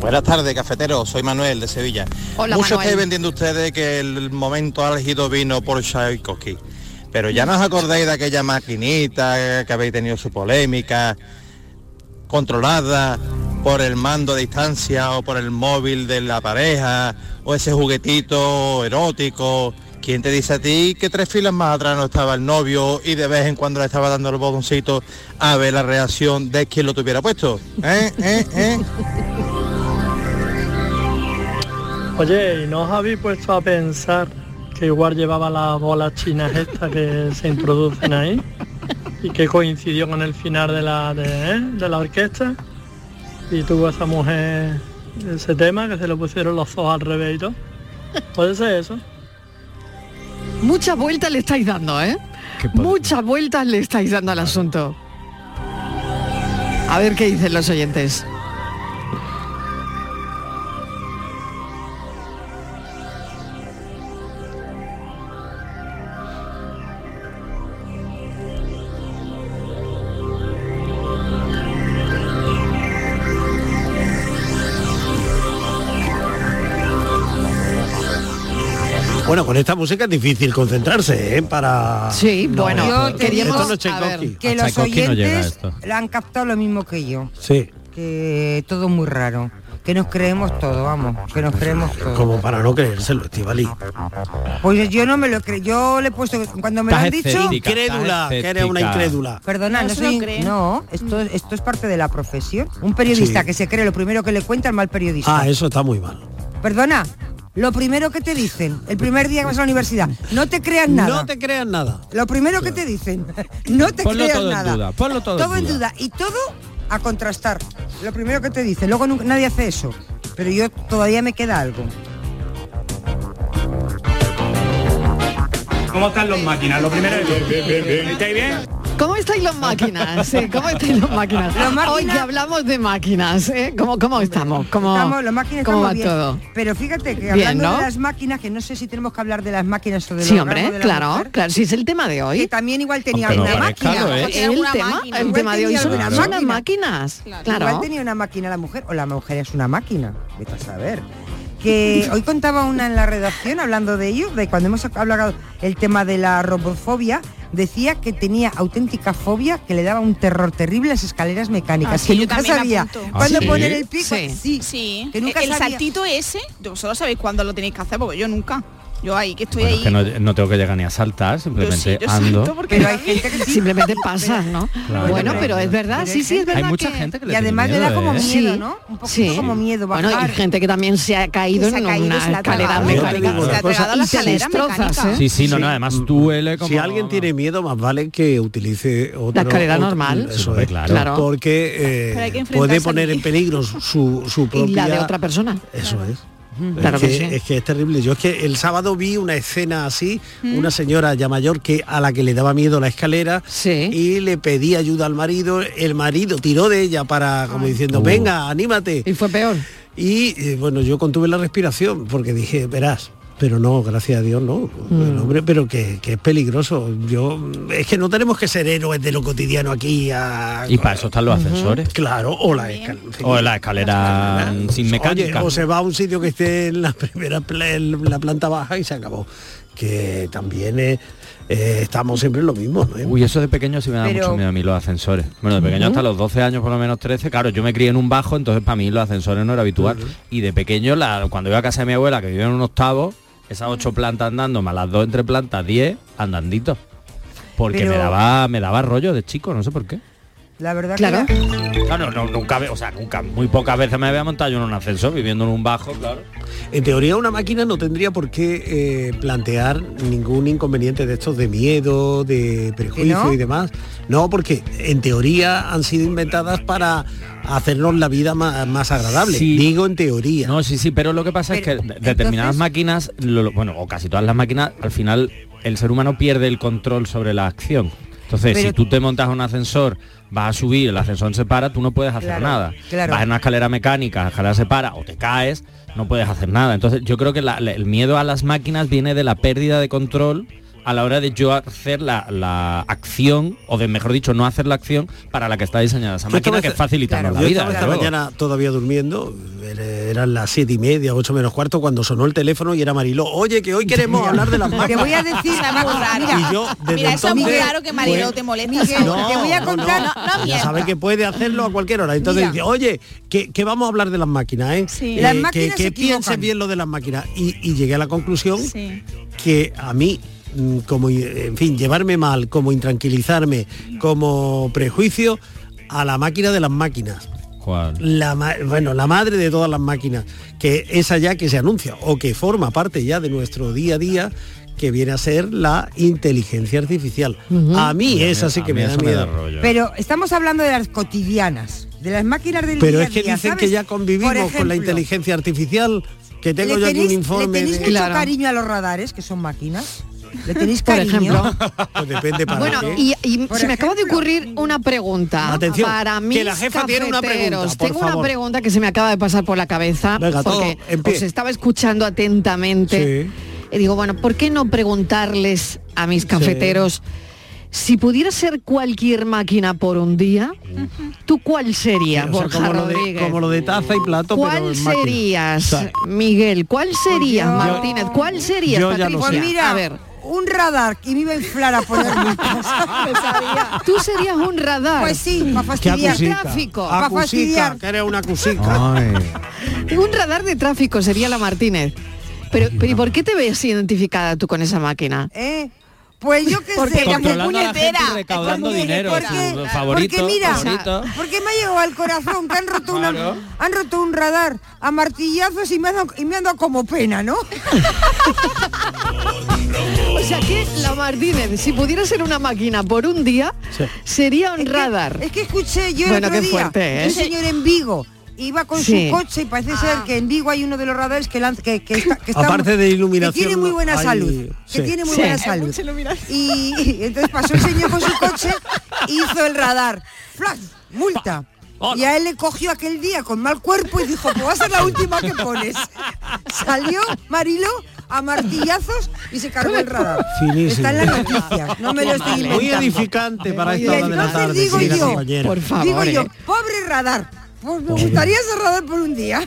M: Buenas tardes, cafetero. Soy Manuel de Sevilla.
D: Hola,
M: Mucho
D: Manuel.
M: estáis vendiendo ustedes que el momento álgido vino por Tchaikovsky. Pero ya no os acordáis de aquella maquinita que habéis tenido su polémica, controlada por el mando a distancia o por el móvil de la pareja, o ese juguetito erótico. ¿Quién te dice a ti que tres filas más atrás no estaba el novio y de vez en cuando le estaba dando el botoncito a ver la reacción de quien lo tuviera puesto? ¿Eh? ¿Eh? ¿Eh?
N: Oye, ¿y no os habéis puesto a pensar que igual llevaba las bolas chinas estas que se introducen ahí? Y que coincidió con el final de la, de, ¿eh? de la orquesta. Y tuvo esa mujer ese tema que se le pusieron los ojos al revés y todo. Puede ser eso.
D: Muchas vueltas le estáis dando, ¿eh? Muchas vueltas le estáis dando al asunto. A ver qué dicen los oyentes.
F: Bueno, con esta música es difícil concentrarse, ¿eh? Para...
D: Sí, bueno,
F: esto-
D: yo queríamos-
F: esto no es
D: a ver,
F: Tchaikovsky.
G: que los oyentes la han captado lo mismo que yo.
F: Sí.
G: Que todo muy raro. Que nos creemos todo, vamos. Que nos creemos todo.
F: Como para no creérselo, Estivali.
G: Pues yo no me lo creo. Yo le he puesto cuando me lo
F: Estás
G: han dicho.
F: escéptica, Incrédula, estás que eres una escéptica. incrédula.
G: Perdona,
F: No
G: no,
F: se lo
G: soy.
F: cree.
G: No, esto, esto es parte de la profesión. Un periodista
F: Sí.
G: que se cree lo primero que le cuenta el mal periodista.
F: Ah, eso está muy mal.
G: Perdona. Lo primero que te dicen, el primer día que vas a la universidad, no te creas nada.
F: No te creas nada.
G: Lo primero que te dicen, no te
F: Ponlo
G: creas
F: todo en
G: nada.
F: duda, ponlo todo en
G: en
F: duda.
G: duda. Y todo a contrastar. Lo primero que te dicen, luego nunca- nadie hace eso. Pero yo todavía me queda algo.
O: ¿Cómo están los máquinas? Lo primero es... ¿Estáis bien?
D: ¿Cómo estáis las máquinas? eh? ¿Cómo estáis las máquinas?
G: Las máquinas-
D: Hoy que hablamos de máquinas, ¿eh? ¿Cómo, cómo estamos? ¿Cómo,
G: Estamos- las máquinas
D: cómo
G: estamos
D: va
G: bien.
D: todo?
G: Pero fíjate que
D: Bien,
G: hablando
D: ¿no?
G: de las máquinas, que no sé si tenemos que hablar de las máquinas o de
D: Sí,
G: los
D: hombre,
G: rasgos de la
D: claro,
G: mujer,
D: claro, sí es el tema de hoy.
G: Que también igual tenía
D: Aunque no
G: una
D: parezca,
G: máquina.
E: ¿eh?
D: lo es.
G: Porque
D: El
G: alguna
D: tema- el
G: Igual
D: tema de hoy
G: tenía
D: son-
G: alguna
D: son las
G: máquina.
D: máquinas, claro.
G: Igual tenía una máquina la mujer o la mujer es una máquina. Vete a saber. Que hoy contaba una en la redacción hablando de ello, de cuando hemos hablado el tema de la robofobia, decía que tenía auténtica fobia, que le daba un terror terrible a las escaleras mecánicas,
H: Ah,
G: que
H: sí, yo
G: nunca
H: también
G: sabía
H: apunto. Ah,
G: cuándo
H: ¿sí?
G: poner el pico.
H: Sí.
G: Sí,
H: Sí.
G: Que nunca
H: el
G: sabía.
H: saltito ese, vosotros sabéis cuándo lo tenéis que hacer, porque yo nunca. Yo ahí que estoy
E: Bueno,
H: ahí.
E: es que no, no tengo que llegar ni a saltar, simplemente
H: yo
E: ando.
H: salto porque
D: Pero
H: hay
D: gente que simplemente pasa, ¿no?
E: Claro.
D: Bueno, pero es verdad, sí, sí, es verdad.
E: Hay mucha gente que le
G: y
E: tiene
G: además le da
E: miedo,
G: como
E: ¿eh?
G: miedo, ¿no? Un poquito
D: Sí.
G: como miedo bajar.
D: Bueno, y gente que también se ha caído
G: Que se ha
D: en
G: caído, se
D: una
G: la ha
D: escalera
G: tragado.
F: Yo te digo
D: mecánica.
F: una cosa.
D: Y se destrozas, ¿eh?
E: Sí, sí, no, no, además duele como-
F: Si alguien tiene miedo, más vale que utilice otro-
D: La escalera
F: otro-
D: normal.
F: Eso
E: Sí,
F: es,
E: claro. Claro.
F: Porque eh,
D: Pero hay que enfrentarse
F: puede
D: al
F: poner en
D: miedo.
F: peligro su, su- su propia...
D: Y la de otra persona.
F: Eso es. Es
D: Claro que
F: que,
D: sí.
F: es que es terrible. Yo es que el sábado vi una escena así,
D: Mm.
F: una señora ya mayor que a la que le daba miedo la escalera y le pedía ayuda al marido. El marido tiró de ella para como diciendo,
D: Uh.
F: venga, anímate.
D: Y fue peor.
F: Y eh, bueno, yo contuve la respiración porque dije, verás. Pero no, gracias a Dios no.
D: Mm.
F: El hombre, pero que, que es peligroso. Yo es que no tenemos que ser héroes de lo cotidiano aquí a
E: Y para eso están los ascensores.
F: Claro, o la escalera.
E: O la escalera mm, sin
F: Oye,
E: mecánica.
F: o se va a un sitio que esté en la primera pla- en la planta baja y se acabó. Que también eh, eh, estamos siempre en lo mismo, ¿no?
E: Uy, eso de pequeño sí me da
F: Pero-
E: mucho miedo a mí los ascensores. Bueno, de pequeño
F: Ujú.
E: hasta los 12 años, por lo menos 13, claro, yo me crié en un bajo, entonces para mí los ascensores no era habitual. Y de pequeño, la, cuando iba a casa de mi abuela, que vivía en un octavo, esas ocho plantas andando, más las dos entre plantas, 10, andandito. Porque me
G: Pero-
E: daba me daba rollo de chico, no sé por qué.
G: La verdad
D: Claro.
G: que era-
E: Claro, no, nunca, ve- o sea, nunca, muy pocas veces me había montado yo en un ascensor viviendo en un bajo, claro.
F: En teoría una máquina no tendría por qué eh, plantear ningún inconveniente de estos de miedo, de prejuicio
G: no?
F: y demás. No, porque en teoría han sido inventadas para hacernos la vida ma- más, agradable.
E: Sí.
F: Digo en teoría.
E: No, sí, sí, pero lo que pasa es que de- determinadas máquinas, lo- lo- bueno, o casi todas las máquinas, al final el ser humano pierde el control sobre la acción. Entonces,
P: Pero-
E: si tú te montas a un ascensor, vas a subir, el ascensor se para, tú no puedes hacer
P: Claro,
E: nada.
P: claro.
E: Vas en una escalera mecánica, la escalera se para o te caes, no puedes hacer nada. Entonces, yo creo que la- la- el miedo a las máquinas viene de la pérdida de control a la hora de yo hacer la, la acción, o de mejor dicho, no hacer la acción para la que está diseñada esa
F: Yo
E: máquina
F: estaba
E: que
F: esta-
E: facilita
F: claro,
E: la
F: yo
E: vida.
F: estaba
E: desde
F: esta
E: luego.
F: mañana todavía durmiendo, era- eran las siete y media, ocho menos cuarto, cuando sonó el teléfono y era Mariló. Oye, que hoy queremos hablar de las máquinas.
G: Te voy a decir
H: Está muy raro.
F: Y yo, desde
H: Mira, eso es muy
F: entonces,
H: raro que Mariló
F: pues,
H: te moleste.
G: Miguel,
H: No,
G: te voy a
H: no,
G: contar.
H: no, no,
F: ya
H: mierda.
F: sabe que puede hacerlo a cualquier hora. Entonces dice, oye, que, que vamos a hablar de las máquinas, ¿eh?
H: Sí.
F: Eh,
H: Las
F: que-
H: máquinas
F: que
H: se equivocan.
F: pienses bien lo de las máquinas. Y, y llegué a la conclusión
H: Sí.
F: que a mí, mm, como eh, en fin, llevarme mal, como intranquilizarme, como prejuicio, a la máquina de las máquinas. La ma- bueno, la madre de todas las máquinas, que esa ya que se anuncia o que forma parte ya de nuestro día a día, que viene a ser la inteligencia artificial. A mí
E: Y a mí-
F: esa sí
E: a
F: que
E: mí
F: me da
E: eso me da
F: miedo.
E: rollo.
G: Pero estamos hablando de las cotidianas, de las máquinas del
F: Pero
G: día
F: es que
G: a día,
F: dicen
G: ¿sabes?
F: que ya convivimos
G: Por
F: con la
G: ejemplo,
F: inteligencia artificial, que tengo
G: ¿le
F: yo aquí
G: tenéis-
F: un informe.
G: ¿Le tenéis
F: de-
G: mucho cariño a los radares, que son máquinas? ¿Le tenéis
D: Por
G: cariño?
D: ejemplo.
F: Pues depende para
D: Bueno,
F: qué.
D: y, y se me acaba de ocurrir una pregunta.
F: Atención,
D: para mí,
F: que la jefa tiene una pregunta, por
D: Tengo
F: favor.
D: una pregunta que se me acaba de pasar por la cabeza
F: Venga, todo
D: porque
F: en pie.
D: os estaba escuchando atentamente. Y digo, bueno, ¿por qué no preguntarles a mis cafeteros si pudiera ser cualquier máquina por un día? ¿Tú cuál sería,
F: O sea,
D: Borja
F: como, lo de,
D: Rodríguez?
F: como lo de taza y plato, pero
D: ¿Cuál
F: en máquina.
D: serías,
F: O sea,
D: Miguel? ¿Cuál serías,
F: Yo-
D: Martínez? ¿Cuál serías,
F: Yo ya
D: Patricia?
F: lo sé. Pues
G: mira,
D: a ver.
G: Un radar que me iba a inflar a poner
D: Tú serías un radar.
G: Pues sí, para
F: ¿Qué
G: fastidiar.
F: acusita?
D: Tráfico.
F: Acusita,
D: Pa' fastidiar.
F: que eres una cusica.
D: Un radar de tráfico sería la Martínez. Pero, pero ¿y por qué te ves identificada tú con esa máquina?
G: ¿eh? Pues yo qué
D: Porque
G: sé,
D: eres
G: muy
D: Controlando a la gente y
G: puñetera.
E: recaudando
G: Porque-
E: dinero,
G: porque,
E: tu favorito,
G: porque mira,
E: favorito.
G: porque me ha llegado al corazón que han roto, una-
E: Claro.
G: han roto un radar a martillazos y me han dado, y me han dado como pena, ¿no?
D: O sea que la Martínez, si pudiera ser una máquina por un día, sería un radar.
G: Es que escuché yo
D: Bueno,
G: el otro
D: qué
G: día
D: fuerte, ¿eh?
G: un señor en Vigo iba con
D: Sí.
G: su coche y parece ser que en Vigo hay uno de los radares que lanza que, que está, que está-
F: Aparte de
G: que
F: iluminación,
G: tiene muy buena
F: hay-
G: salud que
F: sí.
G: tiene muy
F: Sí.
G: buena
F: Hay
G: salud y, y entonces pasó el señor con su coche hizo el radar ¡Flash! multa y a él le cogió aquel día con mal cuerpo y dijo pues va a ser la última que pones salió Marilo a martillazos y se cargó el radar
F: Finísimo.
G: está en las noticias no me lo estoy inventando
F: Muy edificante para
G: y
F: esta hora de la tarde.
G: entonces digo
F: querida
G: yo, eh,
F: compañera.
G: digo
D: eh.
G: yo, pobre radar. Pues me gustaría ser radar por un día.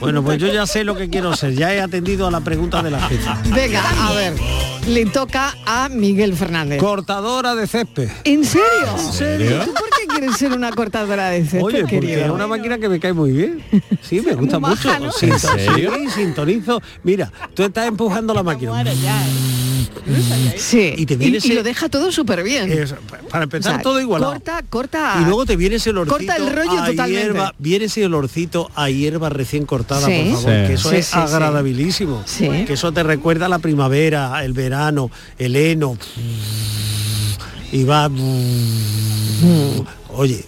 F: Bueno, pues yo ya sé lo que quiero ser. Ya he atendido a la pregunta de la jefa.
D: Venga, a ver. Le toca a Miguel Fernández.
F: Cortadora de césped.
D: ¿En serio?
F: ¿En serio?
D: ¿Tú por qué quieres ser una cortadora de césped,
F: Oye, porque
D: querido?
F: es una máquina que me cae muy bien. Sí, me gusta
D: muy
F: mucho.
D: maja, ¿no?
F: Sí,
D: ¿En
F: sí,
D: serio?
F: sí, sintonizo. Mira, tú estás empujando la máquina.
D: ¿eh? Sí.
F: Y te
D: y,
F: vienes
D: y lo deja todo súper bien.
F: para empezar todo igualado.
D: Corta, corta.
F: Y luego te viene ese olorcito
D: Ah. Corta el rollo
F: a
D: totalmente.
F: hierba, viene ese olorcito a hierba recién cortada,
D: Sí.
F: por favor,
E: Sí.
F: que eso
E: Sí,
F: es
E: sí, sí.
F: agradabilísimo, que eso te recuerda a la primavera, el verano, el heno, y va,
D: Mm.
F: oye,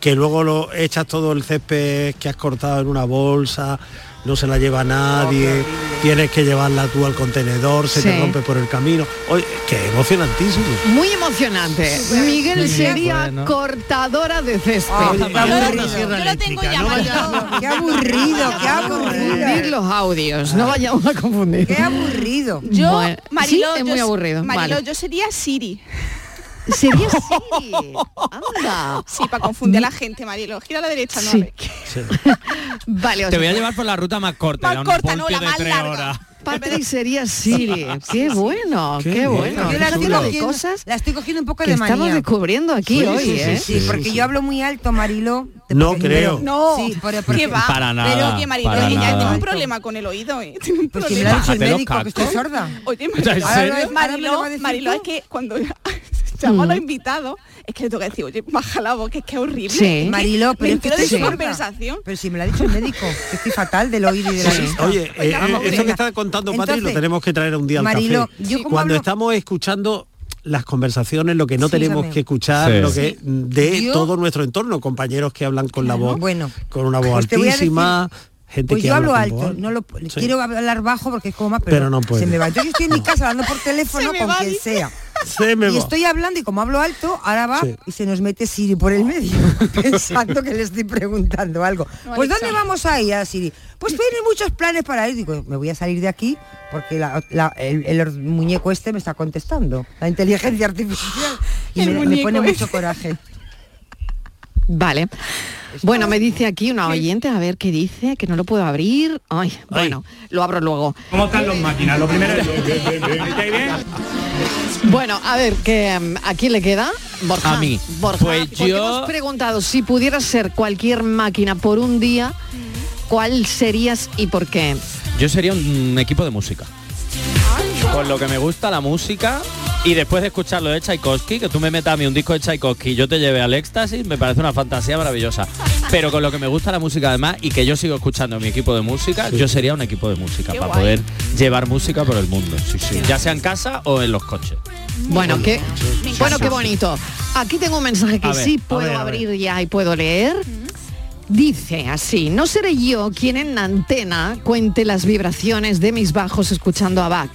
F: que luego lo echas todo el césped que has cortado en una bolsa, no se la lleva nadie, tienes que llevarla tú al contenedor, se te
D: Sí.
F: rompe por el camino, oye, que emocionantísimo.
D: Muy emocionante. Miguel
F: Sí,
D: sería
F: bueno.
D: cortadora de césped.
F: Oye, qué aburrido.
G: Ah, Qué aburrido, qué
D: Confundir los audios, no vayamos a confundir. Qué
G: aburrido.
H: Yo,
D: Bueno,
H: Mariló,
D: sí, es
H: yo
D: muy
H: se-
D: aburrido.
H: Mariló,
D: vale.
H: yo sería Siri.
D: Sería Siri. Anda.
H: Sí, para confundir a la gente, Mariló. Gira a la derecha, no. a ver.
D: Vale, o
E: Te voy
D: sea,
E: a llevar por la ruta más corta,
H: Más
E: era un
H: corta, no,
E: ponte
H: la
E: de
H: más
E: tres
H: larga.
E: horas.
D: Patrick sería Siri. Qué bueno, qué, bueno.
G: Yo
D: Qué
G: la estoy,
D: chulo.
G: cogiendo, la estoy cogiendo un poco
D: Que
G: de manía.
D: estamos descubriendo aquí
G: Sí,
D: hoy,
G: sí, sí,
D: ¿eh?
G: Sí,
D: Sí,
G: porque
D: sí.
G: yo hablo muy alto, Marilo.
F: No
G: Pero-
F: creo.
H: No,
G: Sí, pero-
H: ¿Qué va?
E: Para nada,
H: Pero que Mariló,
E: para
H: que ya
E: nada.
H: tengo un problema con el oído, ¿eh? Tengo un
G: Pues que me lo ha
H: problema.
G: dicho
E: Bájate
G: el
E: los
G: médico, que estoy
E: cascos.
G: sorda.
H: Oye,
E: O sea, ¿en
H: Mariló,
E: serio?
H: Mariló,
G: Ahora me lo va a
H: Mariló,
G: decir
H: Mariló,
G: tú.
H: es que cuando llamo a los
D: Mm.
H: invitados, es que le tengo que decir, oye, baja la voz, que es que es horrible.
D: Sí.
G: Marilo,
H: Me
G: pero es que
H: entero de
G: estoy
H: su
G: sorda.
H: conversación.
G: Pero si me lo ha dicho el médico, que estoy fatal del oído y de la
F: Sí,
G: vista.
F: Oye, eh,
G: Venga, vamos,
F: eh, esto que
G: venga.
F: está contando Patri lo
G: Entonces,
F: tenemos que traer un día al
G: Mariló,
F: café.
G: yo como
F: Cuando
G: hablo-
F: estamos escuchando las conversaciones, lo que no
G: Sí,
F: tenemos
G: también.
F: que escuchar,
E: Sí.
F: lo que
G: Sí.
F: de
G: Yo-
F: todo nuestro entorno, compañeros que hablan con la voz,
G: Bueno.
F: con una voz
G: Pues te voy a decir-
F: altísima, gente
G: Pues
F: que
G: yo hablo
F: habla con
G: alto,
F: voz-
G: no lo,
F: Sí.
G: quiero hablar bajo porque es como más,
F: Pero no puede.
G: se me va. Entonces yo estoy en mi casa hablando por teléfono
H: Se me
G: con
H: va,
G: quien
H: dice.
G: sea.
F: Se me
G: y
F: va.
G: estoy hablando y como hablo alto, ahora va
F: Sí.
G: y se nos mete Siri por el medio, pensando que le estoy preguntando algo. Pues
H: Alexa.
G: ¿dónde vamos a ir a Siri? Pues tiene muchos planes para ir. Digo, me voy a salir de aquí porque la- la- el, el or- muñeco este me está contestando. La inteligencia artificial. Y
D: El
G: me- me,
D: muñeco
G: pone mucho
D: ese.
G: coraje.
D: Vale. Bueno, me dice aquí una oyente, a ver qué dice, que no lo puedo abrir. Ay, bueno, lo abro luego.
O: ¿Cómo están las máquinas? Lo primero es... ¿Estáis bien?
D: Bueno, a ver, que mm, ¿a quién le queda? Borja.
E: A mí.
D: Borja,
E: Pues
D: porque
E: yo-
D: hemos preguntado si pudieras ser cualquier máquina por un día, ¿cuál serías y por qué?
E: Yo sería un equipo de música. Por lo que me gusta la música y después de escucharlo de Tchaikovsky, que tú me metas a mí un disco de Tchaikovsky y yo te lleve al éxtasis, me parece una fantasía maravillosa. Pero con lo que me gusta la música además y que yo sigo escuchando en mi equipo de música, yo sería un equipo de música para poder llevar música por el mundo. Sí, sí. Ya sea en casa o en los coches.
D: Bueno, qué, bueno, qué bonito. Aquí tengo un mensaje que
E: A ver,
D: sí
E: a
D: puedo
E: ver, a ver.
D: abrir ya y puedo leer. Dice así, no seré yo quien en antena cuente las vibraciones de mis bajos escuchando a Bach.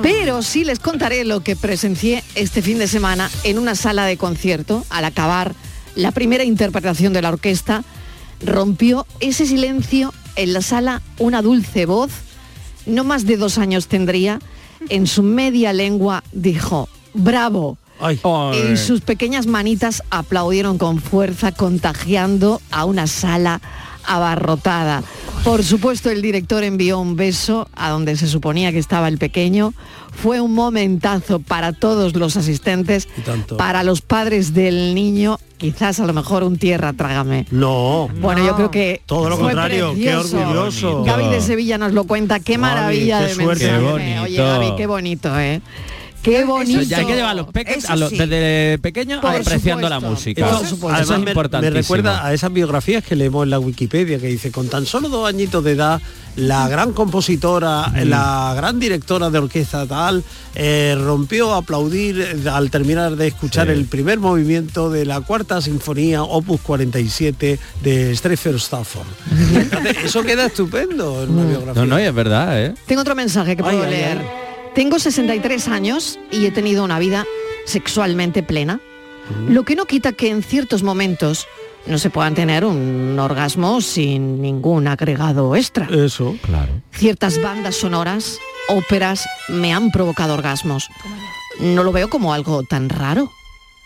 D: Pero sí les contaré lo que presencié este fin de semana en una sala de concierto al acabar la primera interpretación de la orquesta. Rompió ese silencio en la sala una dulce voz, no más de dos años tendría, en su media lengua dijo, bravo. Y sus pequeñas manitas aplaudieron con fuerza, contagiando a una sala abarrotada. Por supuesto, el director envió un beso a donde se suponía que estaba el pequeño. Fue un momentazo para todos los asistentes,
F: tanto.
D: para los padres del niño, quizás a lo mejor un tierra trágame.
F: No.
D: Bueno, yo creo que
F: Todo lo
D: fue
F: contrario,
D: precioso.
F: qué orgulloso.
D: Gaby de Sevilla nos lo cuenta, qué maravilla
F: qué
D: de
F: suerte.
D: mensaje. Oye,
F: Qué bonito.
D: Gaby, qué bonito, ¿eh? Qué bonito.
E: Ya hay que llevar a los peques,
D: Eso
E: a los,
D: sí.
E: desde pequeños
D: Por
E: apreciando la
D: supuesto.
E: música.
F: Eso, además,
E: Eso es
F: me-
E: importante.
F: Me recuerda a esas biografías que leemos en la Wikipedia que dice, con tan solo dos añitos de edad, la gran compositora,
E: Mm.
F: la gran directora de orquesta tal, eh, rompió a aplaudir eh, al terminar de escuchar el primer movimiento de la cuarta sinfonía, opus 47 de Strether Stafford. Entonces,
D: este-
F: eso queda estupendo en una
E: Mm.
F: biografía.
E: No, no, y es verdad, ¿eh?
D: Tengo otro mensaje que puedo
F: ay,
D: leer. Tengo 63 años y he tenido una vida sexualmente plena,
F: Mm.
D: lo que no quita que en ciertos momentos no se puedan tener un orgasmo sin ningún agregado extra.
F: Eso,
E: claro.
D: Ciertas bandas sonoras, óperas, me han provocado orgasmos. No lo veo como algo tan raro.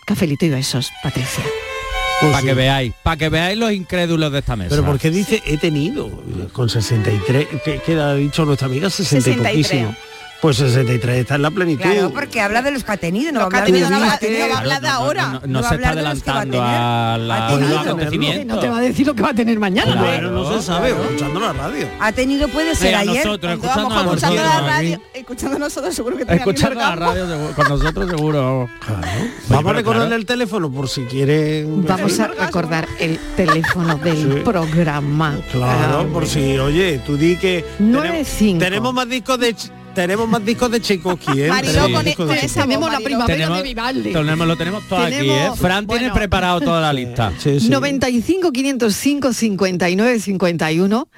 D: Cafelito y besos, Patricia.
E: Para que veáis, para que veáis los incrédulos de esta mesa.
F: Pero ¿por qué dice he tenido? Con 63, ¿qué, qué ha dicho nuestra amiga? 60 y
G: 63.
F: poquísimo. Pues 63 está en la plenitud.
G: Claro, porque habla de los que ha tenido, no va a hablar de
F: tenido,
G: los
F: no
G: que
F: va
G: ha tenido, va a hablar de ahora.
E: No,
G: va a
E: se está
G: hablar de los que va a
E: adelantando
G: tener.
E: a la- a los acontecimientos.
D: No te va a decir lo que va a tener mañana.
F: Bueno, no se sabe, escuchando la radio.
G: Ha tenido, puede ser
E: Mira,
G: ayer.
E: nosotros,
G: cuando
E: escuchando
G: vamos
E: a
G: con-
E: nosotros.
H: la radio, escuchando nosotros seguro que tenía
E: Escuchando la
H: algún orgasmo.
E: radio seguro- con nosotros seguro.
F: Vamos a recordarle el teléfono por si quieren.
D: Vamos a recordar el teléfono del programa.
F: Claro,
D: Ah.
F: por si, oye, tú di que tenemos, tenemos más discos de Ch- tenemos más discos de Tchaikovsky, ¿eh?
E: Mariló,
F: tenemos
E: con-
F: discos de
E: con
F: Tchaikovsky.
D: Tenemos la primavera
E: Tenemos-
D: de Vivaldi.
E: tenemos- lo tenemos todo aquí, ¿eh?
D: Tenemos-
E: Fran tiene preparado toda la lista.
D: 95 505 59 51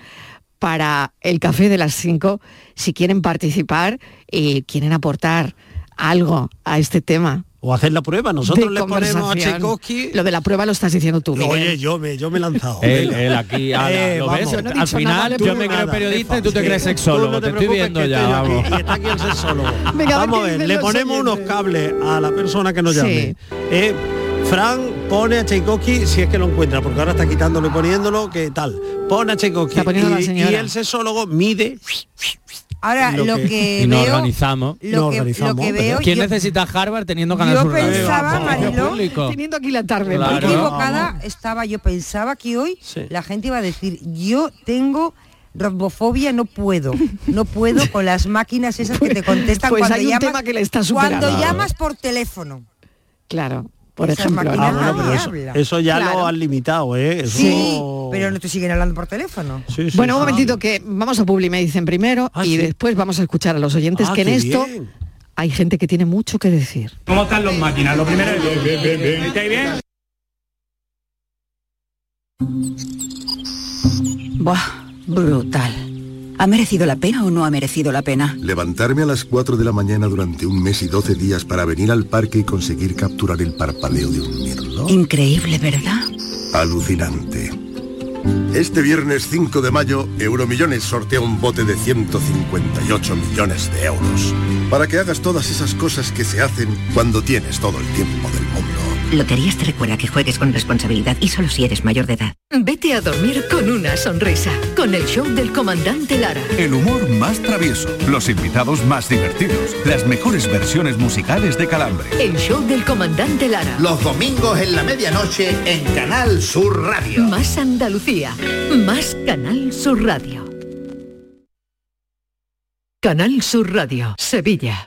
D: para el café de las 5 si quieren participar y quieren aportar algo a este tema.
F: O hacer la prueba, nosotros
D: de
F: le ponemos a
D: conversación.
F: Tchaikovsky.
D: Lo de la prueba lo estás diciendo tú. Miguel.
F: Oye, yo me, yo me he lanzado.
E: Él,
F: venga.
E: él aquí, ala,
F: Eh,
E: ¿lo
F: vamos.
E: ves?
F: Yo no he
E: Al
F: dicho
E: final
F: nada, tú
E: yo me creo
F: nada,
E: periodista y
F: Pepa.
E: tú te
F: Sí.
E: crees
F: Tú no
E: sexólogo.
F: te
E: te, estoy
F: preocupes
E: viendo
F: que
E: ya,
F: estoy yo aquí
E: vamos.
F: y está aquí el sexólogo.
E: Venga, a ver
F: vamos a
E: qué
F: ver,
E: dicen
F: le
E: los
F: ponemos unos cables a la persona que nos llame. Eh, Fran pone a Tchaikovsky, si es que lo encuentra, porque ahora está quitándolo y poniéndolo, ¿qué tal? Pone a Tchaikovsky
D: poniendo la
F: y,
D: señora.
F: y el sexólogo mide.
G: Ahora, lo que,
E: y nos
G: veo...
E: organizamos.
G: lo Nos que- lo organizamos, que veo,
E: ¿Quién
G: yo-
E: necesita Harvard teniendo ganas
G: yo
E: de organizar?
G: pensaba,
E: Vamos,
G: Mariló,
E: público.
D: Teniendo aquí la tarde.
E: Claro.
D: porque-
G: Qué equivocada estaba, yo pensaba que hoy la gente iba a decir, yo tengo rombofobia, no puedo, no puedo con las máquinas esas que te contestan
D: pues
G: cuando
D: hay un
G: llamas.
D: tema que le está superando.
G: cuando
D: Claro.
G: llamas por teléfono.
D: Claro, por
G: Esas
D: ejemplo.
G: máquinas
D: ¿no?
G: no te
F: eso,
G: hablan.
F: eso ya
G: Claro.
F: lo han limitado, ¿eh? Eso-
G: Sí, pero no te siguen hablando por teléfono.
F: Sí, Ah, sí,
D: bueno, un
F: sí.
D: momentito que vamos a Publi, me dicen primero, y después vamos a escuchar a los oyentes,
O: Ah,
D: que en
O: qué
D: esto
O: bien.
D: hay gente que tiene mucho que decir.
O: ¿Cómo están las máquinas? Lo primero es... ¿Estáis bien?
D: Buah, brutal.
P: ¿Ha merecido la pena o no ha merecido la pena?
Q: Levantarme a las 4 de la mañana durante un mes y 12 días para venir al parque y conseguir capturar el parpadeo de un mirlo.
P: Increíble, ¿verdad?
Q: Alucinante. Este viernes 5 de mayo, Euromillones sortea un bote de 158 millones de euros. Para que hagas todas esas cosas que se hacen cuando tienes todo el tiempo del mundo.
L: Loterías te recuerda que juegues con responsabilidad y solo si eres mayor de edad.
R: Vete a dormir con una sonrisa, con el show del comandante Lara.
C: El humor más travieso, los invitados más divertidos, las mejores versiones musicales de Calambre.
R: El show del comandante Lara.
S: Los domingos en la medianoche en Canal Sur Radio.
R: Más Andalucía, más Canal Sur Radio. Canal Sur Radio, Sevilla.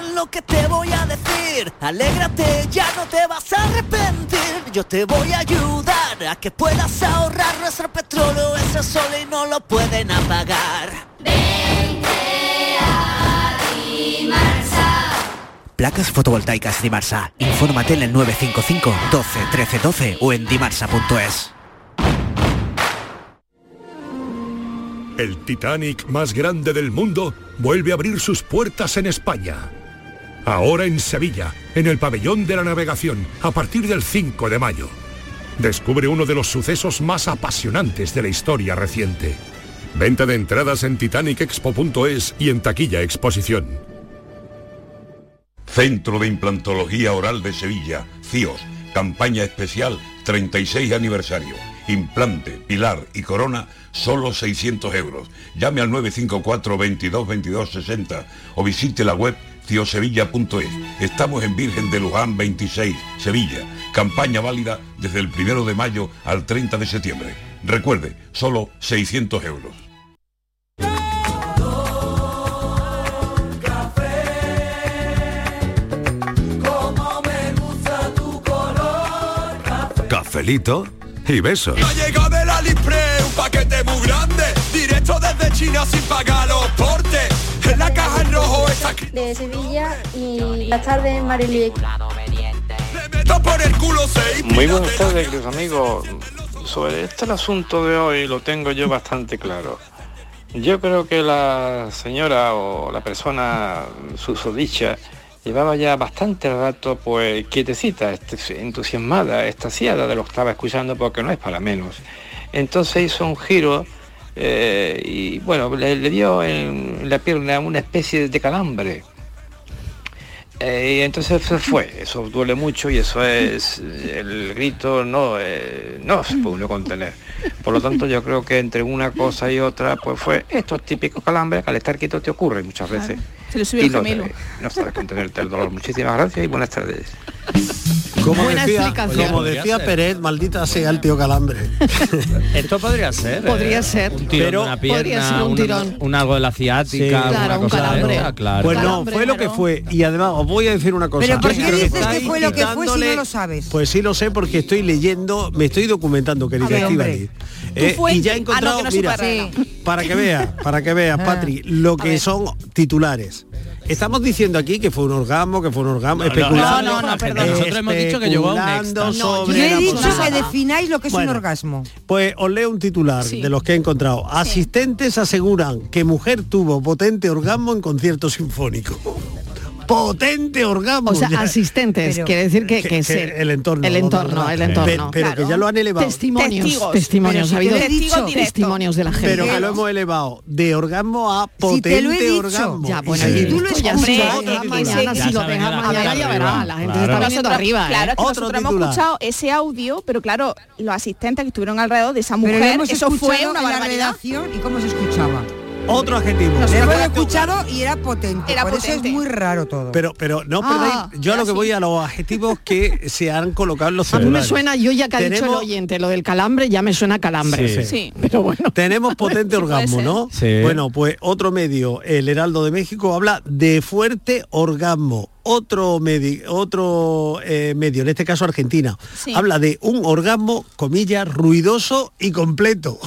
T: lo que te voy a decir. Alégrate, ya no te vas a arrepentir. Yo te voy a ayudar a que puedas ahorrar nuestro petróleo. Es el sol y no lo pueden apagar.
U: Placas fotovoltaicas Dimarsa. Infórmate en el 955 12 13 12 o en dimarsa.es.
B: El Titanic más grande del mundo vuelve a abrir sus puertas en España. Ahora en Sevilla, en el pabellón de la navegación, a partir del 5 de mayo. Descubre uno de los sucesos más apasionantes de la historia reciente. Venta de entradas en titanicexpo.es y en taquilla exposición.
V: Centro de Implantología Oral de Sevilla, CIOS, campaña especial 36 aniversario. Implante, pilar y corona, solo 600 euros. Llame al 954 22 22 60 o visite la web ciosevilla.es. Estamos en Virgen de Luján 26, Sevilla. Campaña válida desde el 1 de mayo al 30 de septiembre. Recuerde, solo 600 euros.
T: Como me gusta tu color.
W: Cafelito y besos.
T: Ha llegado del Aliexpress un paquete muy grande, directo desde China sin pagar los portes. En la caja en rojo está aquí.
X: de Sevilla y la tarde en Mariliec.
T: Meto por el culo seis.
Y: Muy buenas tardes, queridos amigos. Sobre este el asunto de hoy lo tengo yo bastante claro. Yo creo que la señora o la persona susodicha llevaba ya bastante rato pues quietecita, este- entusiasmada, extasiada de lo que estaba escuchando porque no es para menos. Entonces hizo un giro eh, y bueno, le, le dio en la pierna una especie de calambre. Eh, y entonces se fue, eso duele mucho y eso es, el grito no, eh, no se pudo contener. Por lo tanto yo creo que entre una cosa y otra pues fue estos típicos calambres que al estar quieto te ocurren muchas veces.
H: Se le subió
Y: Y
H: el
Y: no
H: gemelo.
Y: te- No sabes contenerte el dolor. Muchísimas gracias y buenas tardes.
F: Como
H: Buena
F: decía,
H: explicación.
F: como
H: Podría
F: decía
H: ser.
F: Pérez, maldita sea el tío Calambre.
E: Esto podría ser.
D: Podría
E: ¿eh?
D: ser.
E: Un tirón
D: Pero
E: de una pierna,
D: podría ser un
E: un,
D: tirón.
E: un algo de la ciática,
F: Sí.
E: alguna
F: Claro, un
E: cosa de
F: calambre.
E: esta, claro.
F: Pues no, fue lo que fue. Y además os voy a decir una cosa.
G: Pero ¿por
F: Yo
G: qué
F: creo que
G: dices que
F: estáis
G: fue lo que fue si no
F: quitándole-
G: lo sabes?
F: Pues sí lo sé porque estoy leyendo, me estoy documentando, querida
G: ver, hombre.
F: Estivali. Eh,
G: Tu
F: y
G: fuente.
F: ya
G: Ah,
F: he
G: no,
F: encontrado,
G: que no
F: mira,
G: supera,
F: para que veas, para que
E: Ah.
F: veas, Patri, lo que son titulares. Estamos diciendo aquí que fue un orgasmo, que fue un orgasmo, eh,
E: No, no,
F: especulando.
E: no, no, no, perdón, nosotros hemos dicho que llegó a un
F: especulando
E: éxtasis. No,
F: sobre
G: Yo he
F: la
G: dicho
F: posibilidad.
G: que defináis lo que es
F: Bueno.
G: un orgasmo.
F: Pues os leo un titular de los que he encontrado. Asistentes aseguran que mujer tuvo potente orgasmo en concierto sinfónico. potente orgasmo.
D: O sea,
F: Ya.
D: asistentes,
F: Pero-
D: quiere decir que,
F: Que-
D: que,
F: que
D: se-
F: el entorno,
D: El
F: lo
D: entorno,
F: demás.
D: el
F: Pe-
D: entorno.
F: pero que ya lo han elevado.
D: Testimonios,
F: Testigos. Pero
D: testimonios.
F: si
D: ha habido
F: te lo he dicho. Testigos directos.
D: testimonios de la gente.
F: Pero que lo hemos elevado de orgasmo a potente
D: te lo he dicho.
F: orgasmo.
D: Ya,
F: Y
D: bueno,
F: si
D: y
F: tú lo
D: esto ya
F: escuchas,
D: se-
F: otro
D: ya
F: titular.
D: mañana, si lo dejas mañana, ya verá. La gente se está viniendo
H: Nosotros-
D: arriba, ¿eh?
H: Claro, es que
D: Otro
H: nosotros hemos
D: titular.
H: escuchado ese audio, pero claro, los asistentes que estuvieron alrededor de esa
G: Pero lo
H: mujer,
G: hemos
H: eso fue
G: escuchado
H: una
G: en la
H: barbaridad.
G: redacción y cómo se escuchaba.
F: Otro adjetivo.
G: Lo hemos escuchado y era potente. por eso es muy raro todo.
F: Pero, pero no os
G: Ah,
F: perdáis, yo a lo que voy a los adjetivos que se han colocado en los
D: A mí me
F: celulares.
D: suena, yo ya que ha dicho el
F: Tenemos-
D: oyente, lo del calambre, ya me suena calambre.
F: Pero bueno. Tenemos potente orgasmo, ¿no?
E: Sí.
F: Bueno, pues otro medio, el Heraldo de México, habla de fuerte orgasmo. otro, medi- otro eh, medio, en este caso Argentina,
D: Sí.
F: habla de un orgasmo, comillas, ruidoso y completo.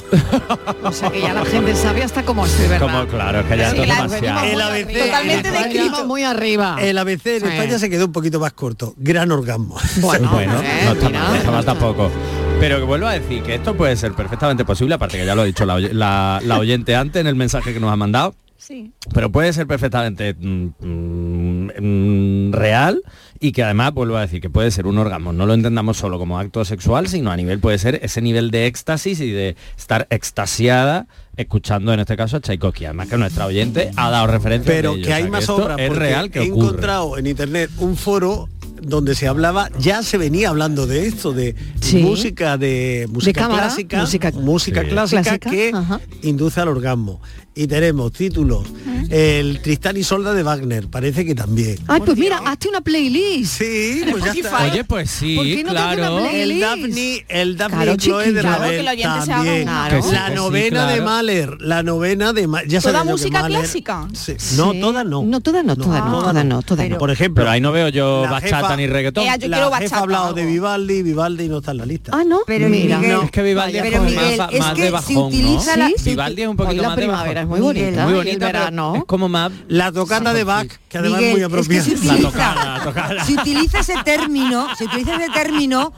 D: O sea que ya la gente sabe hasta cómo es, de ¿verdad?
E: Como claro, es que ya
D: Sí,
E: todo
D: claro,
E: demasiado.
D: venimos muy
F: El
D: arriba.
F: ABC
D: Totalmente
F: en España-
D: descrito. Muy arriba.
F: El ABC en
D: Ah. Sí.
F: España se quedó un poquito más corto. Gran orgasmo.
E: Bueno, no está mal, ¿eh? no está mal tampoco. Pero que vuelvo a decir que esto puede ser perfectamente posible, aparte que ya lo ha dicho la, oy- la- la oyente antes en el mensaje que nos ha mandado.
H: Sí.
E: Pero puede ser perfectamente mm, mm, mm, real y que además, vuelvo a decir, que puede ser un orgasmo. No lo entendamos solo como acto sexual, sino a nivel, puede ser ese nivel de éxtasis y de estar extasiada escuchando en este caso a Tchaikovsky. Además que nuestra oyente ha dado referencia.
F: Pero
E: de ello,
F: que
E: o sea,
F: hay más
E: esto
F: obras.
E: Es
F: porque
E: real que
F: he
E: ocurre.
F: encontrado en internet un foro donde se hablaba, ya se venía hablando de esto, de
D: Sí.
F: música de música
D: cámara,
F: clásica,
D: música-
F: música
D: Sí.
F: clásica,
D: Clásica,
F: que
D: ajá.
F: induce al orgasmo. Y tenemos títulos,
D: Ah.
F: el Tristán y Solda de Wagner, parece que también.
D: Ay, pues mira, hazte una playlist.
F: Sí, pues ya está.
E: Oye, pues sí,
D: ¿Por qué no te hace una
E: claro.
F: El
D: playlist?
F: Daphne, el Daphne
D: Claro,
F: y Chloe de
D: chiquilla. Claro,
F: Ravel
D: que el oyente se haga
F: también.
D: una- Claro.
F: La
D: Que sí,
F: novena de
D: claro.
F: Mahler, la novena de Ma-
H: ¿Toda
F: ya sabía yo que
H: música
F: Mahler-
H: clásica?
F: Sí. No, todas no.
D: No, todas no, todas no, todas no, todas no.
F: Por ejemplo,
E: Pero ahí no veo yo
F: la
E: bachata
F: jefa-
E: ni reggaetón.
D: Eh,
H: Ea, Eh, yo
F: la
H: quiero
F: jefa
H: bachata
F: ha hablado de Vivaldi, Vivaldi no está en la lista.
D: Ah, no.
G: Pero
D: mira,
G: Miguel,
D: no.
E: Es que Vivaldi es
G: Pero
E: como
G: Miguel,
E: más,
G: es
E: más
G: que
E: de
G: se
E: bajón,
G: utiliza
E: ¿no?
G: la-
E: Vivaldi es un
D: Hoy
E: poquito
D: la
E: más de
D: primavera
E: bajón.
D: es muy bonita.
E: Muy
D: y el
E: bonita, pero
D: verano.
E: es como más...
F: La tocata de Bach, que además
G: Miguel,
F: es muy
G: es que
F: apropiada.
G: se utiliza-
E: La tocada, la tocada.
G: Se utiliza ese término, se utiliza ese término,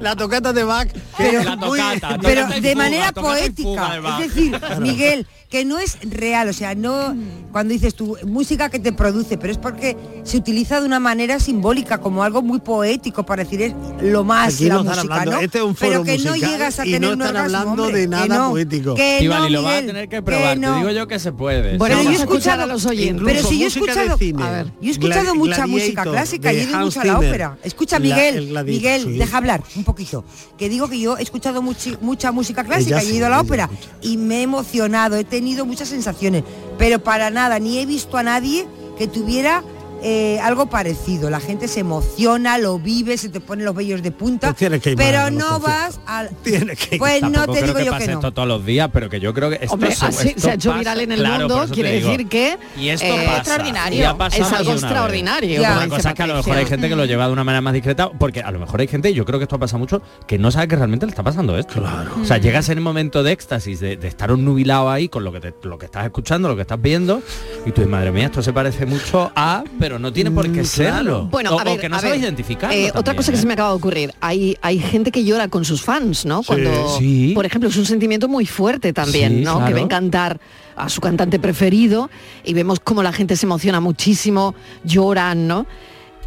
F: La tocata de Bach,
G: pero,
E: La
F: muy-
E: tocata, tocata
G: pero
E: y
G: de
E: fuga,
G: manera
E: tocata y fuga
G: poética.
E: de Bach.
G: Es decir, Miguel, que no es real, o sea, no cuando dices tú música que te produce, pero es porque se utiliza de una manera simbólica, como algo muy poético para decir es lo más
F: Aquí
G: la
F: no están
G: música,
F: hablando,
G: ¿no?
F: este es un
G: pero
F: foro
G: que no
F: musical
G: llegas a
F: y no
G: tener un
F: están
G: orgasmo,
F: hablando
G: hombre,
F: de nada
G: que no,
F: poético.
G: Que no,
E: Iván, y lo vas a
G: Miguel,
E: tener que probar.
G: no.
E: Te digo yo que se puede.
D: Bueno,
G: Pero
D: vamos
G: yo he
D: a escuchar a
G: escuchado
D: los oyentes.
G: Pero si yo he
F: música de
G: escuchado,
F: cine.
D: a ver, yo
G: yo he escuchado
F: Gla-
G: mucha
F: Gladiator
G: música clásica y
F: de
G: he ido
F: Hans
G: mucho a la
F: Zimmer.
G: ópera. Escucha,
F: La- el
G: Miguel,
F: Gladiator,
G: Miguel,
F: sí.
G: deja hablar un poquito. Que digo que yo he escuchado muchi- mucha música clásica
F: Ella
G: y he
F: sí,
G: ido a la
F: ella
G: ópera
F: escucha.
G: y me he emocionado, he tenido muchas sensaciones, pero para nada, ni he visto a nadie que tuviera eh, algo parecido. La gente se emociona, lo vive, se te ponen los vellos de punta,
F: Pues tienes que ir más a
G: pero
F: los
G: no
F: conciertos.
G: vas al...
F: Tiene que
G: Pues no
E: Tampoco
G: te
E: creo
G: digo
E: que
G: yo
E: pase
G: que no.
E: esto todos los días, pero que yo creo que esto,
D: Hombre,
E: se-
D: así
E: esto
D: se ha hecho
E: pasa.
D: viral en el
E: Claro, por
D: mundo,
E: eso te
D: quiere
E: digo.
D: decir que
E: Y esto
D: eh,
E: pasa.
H: extraordinario.
E: y ha pasado
D: es
E: más de
D: algo
E: una vez.
D: extraordinario.
G: Ya.
D: como
E: Otra
G: Otra
D: dice
E: cosa es que a lo mejor
D: Patricia.
E: hay gente que lo lleva de una manera más discreta, porque a lo mejor hay gente, y yo creo que esto pasa mucho, que no sabe que realmente le está pasando esto. O
D: Mm.
E: sea, llegas en el momento de éxtasis, de, de estar nubilado ahí con lo que, te- lo que estás escuchando, lo que estás viendo, y tú dices, madre mía, esto se parece mucho a, pero no tiene por qué serlo.
D: Bueno,
E: o,
D: a
E: o
D: ver,
E: que no
D: a
E: sabes
D: ver,
E: identificarlo.
D: eh, otra
E: también,
D: cosa que
E: ¿eh?
D: se me acaba de ocurrir, hay, hay gente que llora con sus fans, ¿no? Cuando,
E: Sí.
D: por ejemplo, es un sentimiento muy fuerte también,
E: Sí,
D: ¿no? Que
E: claro.
D: ven cantar a su cantante preferido y vemos cómo la gente se emociona muchísimo, lloran, ¿no?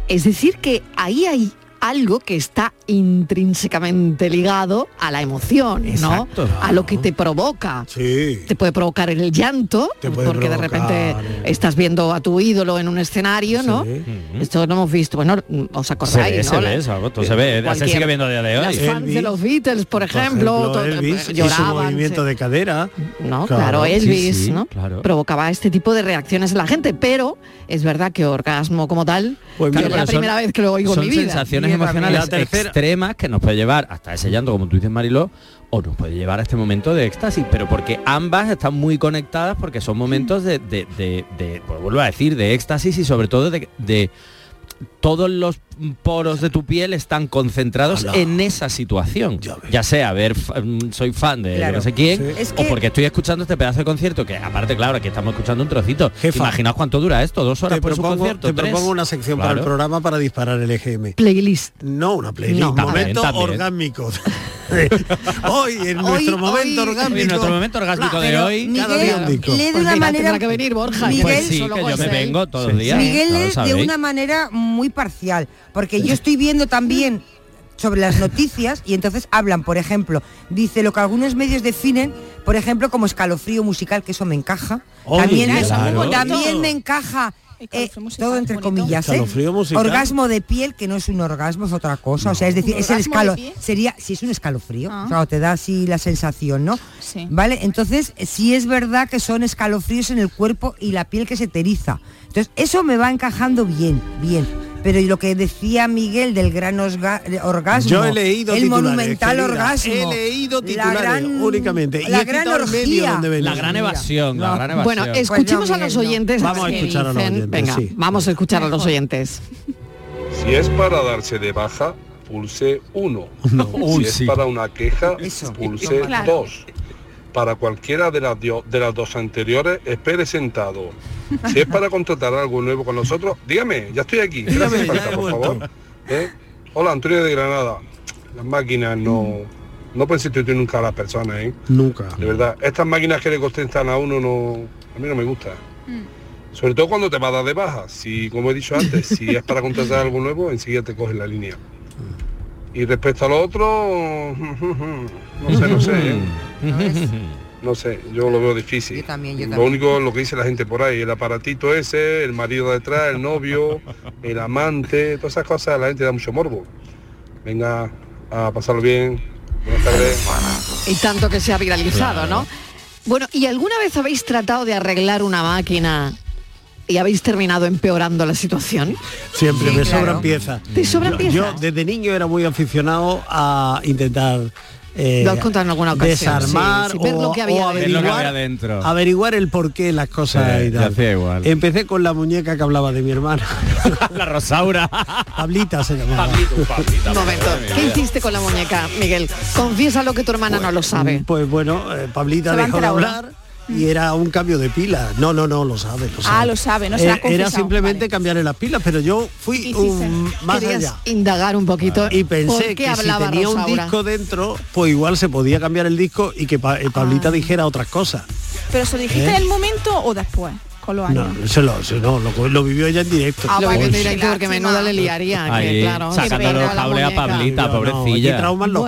D: Es decir, que ahí hay algo que está intrínsecamente ligado a la emoción,
E: Exacto.
D: ¿no? A lo que te provoca.
F: Sí.
D: Te puede provocar el llanto,
F: Te puede
D: porque de
F: provocar
D: repente
F: el-
D: estás viendo a tu ídolo en un escenario, ¿no?
F: Sí. Mm.
D: Esto lo hemos visto, bueno, os
E: Se ve,
D: acordáis,
E: se
D: ¿no?
E: ve, se agotó, se ve, se
D: Cualquier-
E: sigue viendo a día de
D: Las
E: hoy.
D: fans de
F: Elvis,
D: los Beatles, por
F: Por
D: ejemplo, to-
F: Elvis
D: eh,
F: y su
D: lloraban.
F: movimiento
D: se-
F: de cadera.
D: No, claro, Elvis,
E: sí, sí,
D: ¿no?
E: claro.
D: Provocaba este tipo de reacciones en la gente, pero es verdad que orgasmo como tal,
F: Pues
D: que
F: mira,
D: es la
E: pero
D: primera
E: son-
D: vez que lo oigo en
E: son
D: mi vida.
E: sensaciones
F: Mira,
E: emocionales
F: la tercera-
E: extremas que nos puede llevar hasta ese llanto, como tú dices, Mariló, o nos puede llevar a este momento de éxtasis, pero porque ambas están muy conectadas porque son momentos de, de- de- de- pues vuelvo a decir, de éxtasis y sobre todo de... de- todos los poros de tu piel están concentrados
F: Ala.
E: en esa situación.
F: Ya
E: Ya,
F: ves.
E: sea, a ver, fa- mm, soy fan de yo
G: Claro.
E: no sé quién,
F: Sí.
G: Es
E: o
G: que-
E: porque estoy escuchando este pedazo de concierto, que aparte, claro, aquí estamos escuchando un trocito.
F: Jefa,
E: Imaginaos cuánto dura esto, dos horas
F: Te
E: por su
F: propongo,
E: concierto.
F: te
E: tres.
F: propongo una sección para el
E: Claro.
F: programa para disparar el EGM.
D: Playlist.
F: No, una playlist.
D: No,
E: también,
F: momento
E: también.
F: orgánico. hoy, en nuestro
D: Hoy-
F: momento
D: hoy-
F: orgánico.
E: En nuestro momento orgánico de
G: Pero
E: hoy.
F: cada día un
G: Miguel,
F: disco.
G: lee de
D: Pues
G: una
D: mira,
G: manera
D: tendrá que venir Borja.
G: Miguel-
E: pues sí,
D: solo
E: que
D: con
E: yo me
D: seis.
E: vengo todos
F: Sí.
E: los días.
G: Miguel
E: ya lo
G: es de
E: sabéis.
G: una manera muy parcial, porque yo estoy viendo también sobre las noticias y entonces hablan, por ejemplo, dice lo que algunos medios definen, por ejemplo, como escalofrío musical, que eso me encaja.
F: Oye,
G: también, me,
F: claro.
G: también me encaja. eh,
H: Escalofrío musical,
G: todo entre
H: bonito.
G: comillas, ¿eh?
F: Escalofrío musical.
G: orgasmo de piel que no es un orgasmo es otra cosa, o sea, es decir,
H: ¿Un
G: es
H: orgasmo
G: el
H: de
G: escalo
H: piel?
G: sería si es un escalofrío,
H: Ah.
G: o sea, te da así la sensación, ¿no?
H: Sí.
G: ¿Vale? Entonces, sí es verdad que son escalofríos en el cuerpo y la piel que se teriza. Entonces, eso me va encajando bien, bien. Pero lo que decía Miguel del gran osga- orgasmo,
F: Yo he leído
G: el
F: titulares,
G: monumental
F: querida,
G: orgasmo,
F: he leído
G: la
F: titulares
G: gran,
F: únicamente, y
G: la
F: he
G: gran
F: quitado el medio
G: orgía.
F: donde venía.
E: La gran evasión, la gran evasión.
D: Bueno,
G: Pues
D: escuchemos a los oyentes.
F: Vamos a
D: que
F: escuchar a los
D: dicen-
F: oyentes,
D: Venga,
F: sí.
D: vamos a escuchar a los oyentes.
A: Si es para darse de baja, pulse 1.
F: Uy,
A: si es
F: sí.
A: para una queja, pulse
F: Claro.
A: 2. Para cualquiera de las, dio- de las dos anteriores, espere sentado. Si es para contratar algo nuevo con nosotros, dígame, ya estoy aquí. ¿Qué le hace falta, por favor? ¿Eh? Hola, Antonio de Granada. Las máquinas no... No pueden sustituir nunca a las personas, ¿eh?
F: Nunca.
A: De verdad, estas máquinas que le contestan a uno no... A mí no me gusta. Sobre todo cuando te vas a dar de baja. Si, como he dicho antes, si es para contratar algo nuevo, enseguida te cogen la línea.
G: Mm.
A: Y respecto a lo otro, mm, no sé, no sé. ¿eh?
I: Mm.
A: No sé, yo lo veo difícil.
G: también, Mm. yo
A: lo
G: también.
A: único lo que dice la gente por ahí, el aparatito ese, el marido detrás, el novio, el amante, todas esas cosas, a la gente da mucho morbo. Venga, a pasarlo bien. Buenas tardes.
D: Y tanto que se ha viralizado, ¿no? Bueno, ¿y alguna vez habéis tratado de arreglar una máquina y habéis terminado empeorando la situación?
F: Siempre
D: Sí,
F: me
D: claro.
F: sobran piezas.
D: ¿Te sobran
F: Yo-
D: piezas?
F: Yo desde niño era muy aficionado a intentar eh,
D: Lo has contado en alguna ocasión,
F: desarmar
D: sí, sí, ver
F: o,
D: lo que había
F: o
D: dentro. Ver lo que
F: averiguar,
E: había dentro.
F: averiguar el porqué de las cosas
E: Sí,
F: y
E: yo
F: tal.
E: hacía igual.
F: Empecé con la muñeca que hablaba de mi hermana.
E: la Rosaura.
F: Pablita se llamaba.
D: Un momento. ¿Qué hiciste con la muñeca, Miguel? Confiesa lo que tu hermana no lo sabe.
F: Pues bueno, eh, Pablita
D: Se va a
F: dejó de
D: enterar ahora.
F: hablar y era un cambio de pila. No, no, no, lo sabe, lo sabe.
H: Ah, lo sabe, no se la ha
F: Eh, Era
H: confesado,
F: simplemente cambiarle las pilas, pero yo fui un, más
D: Querías
F: allá.
D: indagar un poquito
F: Y pensé
D: por qué
F: que si
D: hablaba
F: tenía un
D: Rosaura.
F: disco dentro, pues igual se podía cambiar el disco y que Pa- eh,
D: Ah.
F: Pablita dijera otras cosas.
H: ¿Pero se lo dijiste
F: ¿Eh?
H: en el momento o después? Con los años.
F: No, se lo, se- no, lo, lo vivió ella en directo.
H: Ah,
D: Lo
H: vale,
D: vivió en
H: qué
D: directo porque
H: lástima.
D: menuda le liaría, que
E: Ahí,
D: claro.
E: sacando
D: que
E: los
D: venga la
E: cables a
D: muñeca.
E: Pablita, pobrecilla.
D: bueno,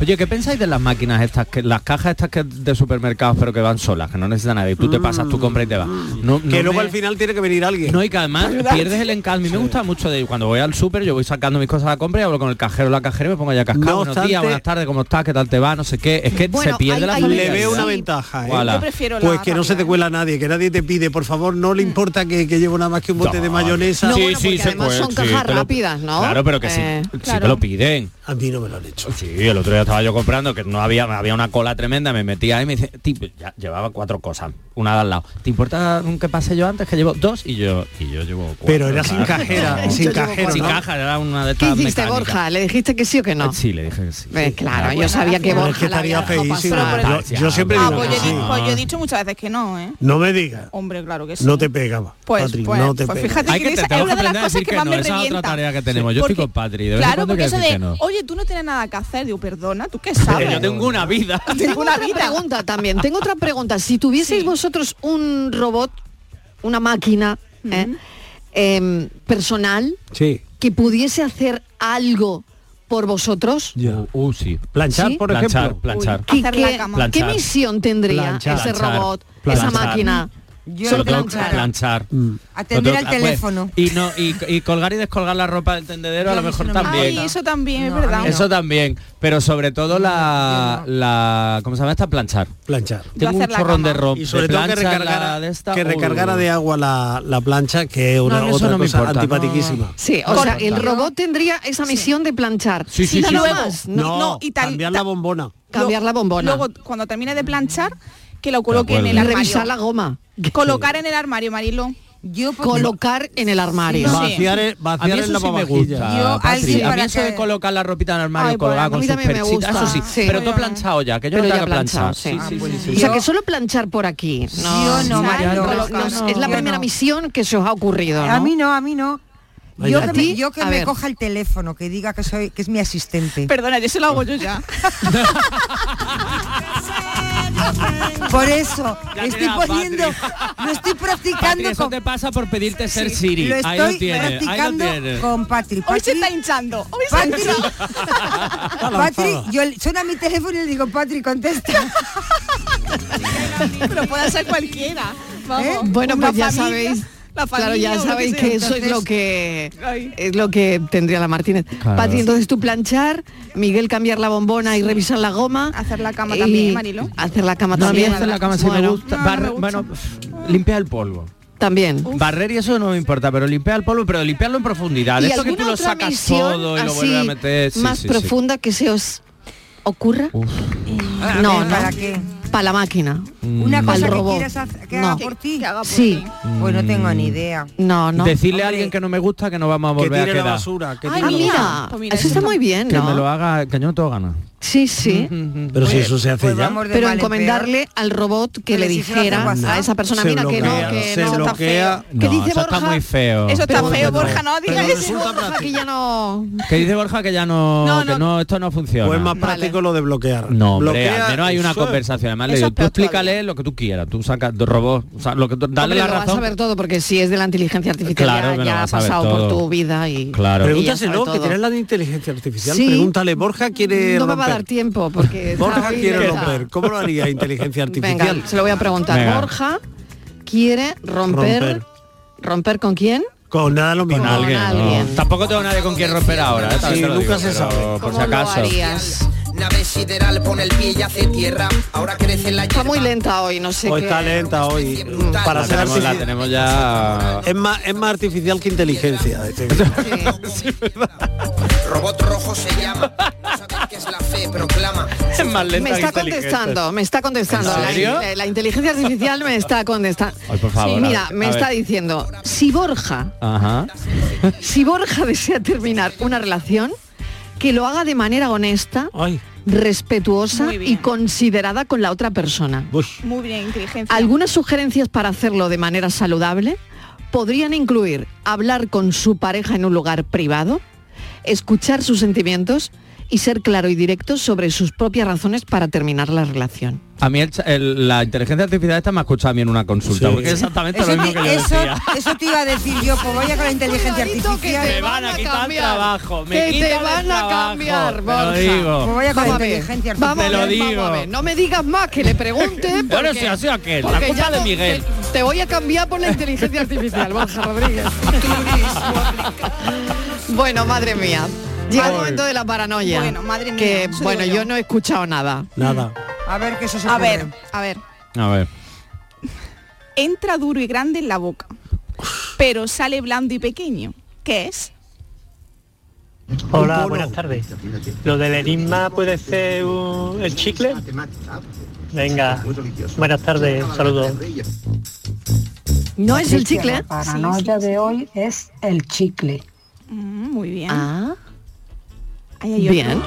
E: Oye, ¿qué pensáis de las máquinas estas, que, las cajas estas que de supermercados, pero que van solas, que no necesitan nadie? Tú te pasas, tú compras y te vas. No, no
F: Mm. que luego
E: me-
F: al final tiene que venir alguien.
E: No, y que además pierdes el encalme. Me gusta mucho de cuando voy al súper, yo voy sacando mis cosas a la compra y hablo con el cajero o la cajera y me pongo ya cascado.
F: No
E: Buenos
F: obstante-
E: días, buenas tardes, ¿cómo estás? ¿Qué tal te va? No sé qué. Es que se pierde la
F: Le
E: solidaridad.
F: veo una ventaja. ¿eh?
E: Voilà. Yo prefiero la
F: pues que no se te cuela nadie, que nadie te pide, por favor, no le importa que, que llevo nada más que un bote de mayonesa.
D: No, Sí, bueno, sí, porque se además puede, son sí, cajas te lo- rápidas, ¿no?
E: Claro, pero que sí,
D: Eh,
E: sí
D: claro.
E: te lo piden.
F: A mí no me lo han hecho.
E: Sí, el otro día estaba yo comprando, que no había, había una cola tremenda, me metía ahí y me dice, tipo, ya llevaba cuatro cosas, una de al lado. ¿Te importa que pase yo antes? Que llevo dos y yo, y yo llevo cuatro.
F: Pero era sin cajera, sin
E: Yo llevo
F: cajero,
E: cuatro. Sin
F: ¿no?
E: caja, era una de
D: ¿Qué
E: estas
D: hiciste,
E: mecánicas.
D: Borja? ¿Le dijiste que sí o que no?
E: Sí, le dije que sí.
D: Ve,
E: sí.
D: claro,
E: Ah,
D: yo sabía que
F: Pero
D: Borja
F: es que
D: la
F: estaría
D: había dejado
F: feísimo.
D: pasar.
F: Yo, yo siempre
H: Ah,
F: digo
H: pues,
F: que
H: yo he,
F: sí.
H: di- pues yo he dicho muchas veces que no, ¿eh?
F: No me digas.
H: Hombre, claro que sí.
F: No te pegaba.
H: Pues-
F: Patrick,
H: pues-
F: no te
H: pues
F: pega.
H: fíjate Hay que que te- esa tenemos es una que de las aprender a cosas decir que que más no, me
E: Esa es otra
H: revienta.
E: tarea que tenemos. Yo estoy con Patri. De vez en
H: Claro,
E: cuando
H: porque eso
E: quiero ¿eh? decir
H: de,
E: que no.
H: oye, tú no tienes nada que hacer. Digo, perdona, ¿tú qué
E: Que
H: sabes?
E: yo tengo una vida.
D: Tengo una pregunta también. Tengo otra pregunta. Si tuvieseis vosotros un robot, una máquina ¿eh? Em, personal
F: Sí.
D: que pudiese hacer algo por vosotros,
E: Uh, sí.
F: Planchar,
D: ¿Sí?
F: por
E: Planchar,
F: ejemplo.
E: planchar.
D: ¿qué,
H: Hacer
D: qué-
H: la cama.
D: qué
E: Planchar.
D: misión tendría
E: Planchar.
D: ese
E: Planchar.
D: robot,
E: Planchar.
D: esa máquina?
G: Yo
E: Solo tengo que
G: planchar.
E: planchar.
G: Atender
E: Lo tengo-
G: al
E: ah, pues,
G: teléfono.
E: y no y, y colgar y descolgar la ropa del tendedero a lo mejor también.
H: Ay, eso también, es verdad.
E: Eso también, pero sobre todo la, la ¿cómo se llama esta? Planchar.
F: Planchar.
E: Tengo un chorrón de ropa.
F: Y sobre todo que recargara,
E: de esta,
F: que
E: uh,
F: recargara de agua la, la plancha, que es una
E: No, no, eso
F: otra
E: no me
F: cosa
E: importa.
F: antipatiquísima.
D: Sí, o sea, el robot tendría esa misión de planchar.
F: Sí, sí,
D: Y
F: sí,
D: nada más.
F: sí. No, cambiar la bombona.
D: Cambiar la bombona.
H: Luego, cuando termine de planchar, que lo coloque en
D: acuerdo.
H: el armario.
D: Revisar la goma.
H: Colocar en el armario, Marilo.
G: Yo pues,
D: Colocar en el armario.
H: Sí.
F: Vaciar el- vaciar
E: a mí
F: el
E: eso sí me
F: lavavajillas.
E: gusta.
F: Yo,
E: Patri.
F: alguien
E: a mí
F: para
E: eso de
F: que-
E: colocar la ropita en el armario,
F: Ay, pues,
E: colgada
F: a
E: con
F: mí
E: sus
F: también me
E: perchitas,
F: gusta.
E: eso sí.
F: Sí.
E: Pero tú has planchado ya, que yo
D: Pero
E: no
D: ya
E: tengo que planchar.
D: planchado, sí. Ah,
E: Sí, sí, sí, sí.
D: O sea, que solo planchar por aquí. No,
G: Yo no,
D: Sí,
G: María,
D: no,
G: no,
D: no,
G: no,
D: no, es la
G: yo
D: primera
G: no.
D: misión que se os ha ocurrido, ¿no?
G: A mí no, a mí no.
D: Ay,
G: Yo
D: ¿a
G: que,
D: ti?
G: me, yo que
D: A
G: me
D: ver.
G: coja el teléfono, que diga que soy que es mi asistente.
H: Perdona, yo se lo hago yo ya.
G: Por eso
E: Ya
G: estoy
E: tienes a
G: poniendo, lo estoy practicando
E: Patri, eso
G: con
E: te pasa por pedirte ser Siri.
G: Lo
E: ahí lo
G: estoy
E: tienes, ahí lo
G: practicando
E: tienes.
G: con Patri.
H: Hoy se
G: Patri-
H: está hinchando. Hoy se
G: Patri,
H: está hinchando.
G: Patri, yo le- suena mi teléfono y le digo, Patri, contesta.
H: Pero puede ser cualquiera. Vamos.
D: ¿Eh? Bueno,
H: Una
D: pues ya
H: familia,
D: sabéis.
H: la
D: Claro,
H: familia
D: ya
H: o lo que
D: sabéis
H: sea.
D: que eso es
H: Entonces,
D: lo que
H: ay.
D: es lo que tendría la Martínez.
H: Claro.
D: Patri, entonces tú planchar, Miguel cambiar la bombona y revisar la goma. Hacer
H: la cama también, Marilo.
D: Hacer la cama
E: No, a mí
D: también.
E: hacer la cama sí me
D: Bueno.
E: gusta. Barre- Bueno, pff, limpiar el polvo.
D: También.
E: Barrer y eso no me importa, pero limpiar el polvo, pero limpiarlo en profundidad.
D: ¿Y
E: Esto que tú
D: alguna
E: lo
D: otra
E: sacas
D: misión
E: todo y lo vuelves a
D: así
E: meter. sí,
D: más
E: sí, sí.
D: profunda que se os ocurra.
G: A ver,
D: No, no.
G: ¿para qué?
D: Para la máquina.
E: Mm.
G: Una
D: Para el
G: cosa que
D: Mm, robot. Ah,
G: quieras hacer- que
D: No.
G: haga por ti.
D: Sí.
G: Pues no tengo ni idea.
D: No, no.
E: Decirle a alguien que no me gusta que no vamos a
F: Que
E: volver a
F: tire la
E: quedar.
F: basura, que
D: Ay, tire la mira, basura. pues mira, eso está muy bien,
E: Que
D: ¿no?
E: me lo haga, que yo no tengo ganas.
D: Sí, sí.
F: Pero si eso se hace
E: pues
F: ya.
E: vamos
D: Pero encomendarle al robot que le
F: si fuera por
D: dijera
F: WhatsApp.
D: a esa persona,
F: Se
D: mira que no,
F: bloquea,
D: que
F: se
D: no, está
F: bloquea.
D: feo. ¿Qué
E: No,
D: dice
E: eso
D: Borja?
E: está muy feo.
D: Eso está
E: Pero-
D: feo, Borja,
H: no digas
F: Pero
H: eso.
F: resulta
D: Borja, que ya no...
E: Que dice Borja que ya no, que no, esto no funciona.
F: Pues más práctico lo de bloquear.
E: No, hombre,
F: Bloquea,
E: al menos hay una
F: eso es.
E: conversación. Además, le digo, tú explícale lo que tú quieras. Tú sacas de robot, o sea, lo que tú- dale
D: Hombre,
E: la
D: lo vas a
E: razón.
D: ver todo, porque si es de la inteligencia artificial
E: Claro
D: ya- ya,
E: que lo
D: ha
E: vas a ver
D: pasado por
E: todo.
D: tu vida y... y
E: Claro.
D: ya sabe
F: Pregúntaselo, que
D: todo.
F: tienes la de inteligencia artificial.
D: Sí.
F: Pregúntale, Borja quiere
D: No me va a
F: romper.
D: dar tiempo, porque...
F: Borja
D: está
F: quiere
D: ahorita.
F: romper. ¿Cómo lo haría inteligencia artificial?
D: Venga, se lo voy a preguntar.
F: Venga.
D: Borja quiere romper...
F: Romper.
D: romper. con quién?
F: Con nada lo mismo.
E: Con alguien, ¿no?
D: alguien.
E: Tampoco tengo nadie con quien romper ahora. ¿eh? También
F: Sí,
E: te lo
F: nunca
E: digo,
F: se
E: pero
F: sabe.
E: Por si acaso.
I: Nave sideral pone el pie y hace tierra. Ahora crece la
D: Está muy lenta hoy, no sé
F: Hoy
D: qué.
F: está lenta hoy. Para
E: la,
F: ser
E: tenemos, la
F: artificial.
E: tenemos ya.
F: Es más, es más artificial que inteligencia. este.
I: Robot rojo se llama. No sabéis qué es la fe, proclama.
E: Es más
D: me está contestando, me está contestando.
I: ¿En
D: La- eh,
I: serio?
D: La, inteligencia artificial me está contestando.
E: Ay, por favor,
D: mira,
E: a ver,
D: me
E: a
D: está
E: ver.
D: diciendo, si Borja,
E: Ajá.
D: si Borja desea terminar una relación, que lo haga de manera honesta,
F: Ay.
D: respetuosa
H: Muy
D: y considerada con la otra persona.
H: Muy bien, inteligencia.
D: Algunas sugerencias para hacerlo de manera saludable podrían incluir hablar con su pareja en un lugar privado, escuchar sus sentimientos y ser claro y directo sobre sus propias razones para terminar la relación.
E: A mí el cha- el- la inteligencia artificial esta me ha escuchado a mí en una consulta. Porque es exactamente
G: Eso,
E: lo mismo
G: te-
E: que yo
G: eso-
E: decía.
G: eso te iba a decir yo, pues vaya con la inteligencia artificial.
E: te van a quitar el trabajo. Me
D: que
E: quitan
D: te
E: el
D: van a
E: trabajo,
D: cambiar,
E: te lo
D: Borja.
E: digo.
G: Pues vaya con
D: Vamos a ver,
G: inteligencia artificial.
D: Vamos a
E: Te lo
D: ver,
E: digo.
D: vamos a ver. No me digas más que le pregunte.
E: Bueno,
D: porque-
E: sí, así aquel, la
D: porque
E: culpa
D: ya
E: de
D: no-
E: Miguel.
D: Te, te voy a cambiar por la inteligencia artificial, Borja Rodríguez. bueno, madre mía. Llega el momento de la paranoia.
H: Bueno, madre mía,
D: Que,
H: eso
D: bueno,
H: digo
D: yo.
H: yo.
D: no he escuchado nada.
F: Nada.
G: A ver qué se os
H: A
G: ocurre.
H: ver, a ver.
E: A ver.
H: Entra duro y grande en la boca, pero sale blando y pequeño. ¿Qué es?
J: Hola, buenas tardes. Lo del enigma puede ser un- el chicle. Venga, buenas tardes, saludos.
D: ¿No es el chicle?
Z: La paranoia de hoy es el chicle.
H: Mm, muy bien.
D: Ah. Bien.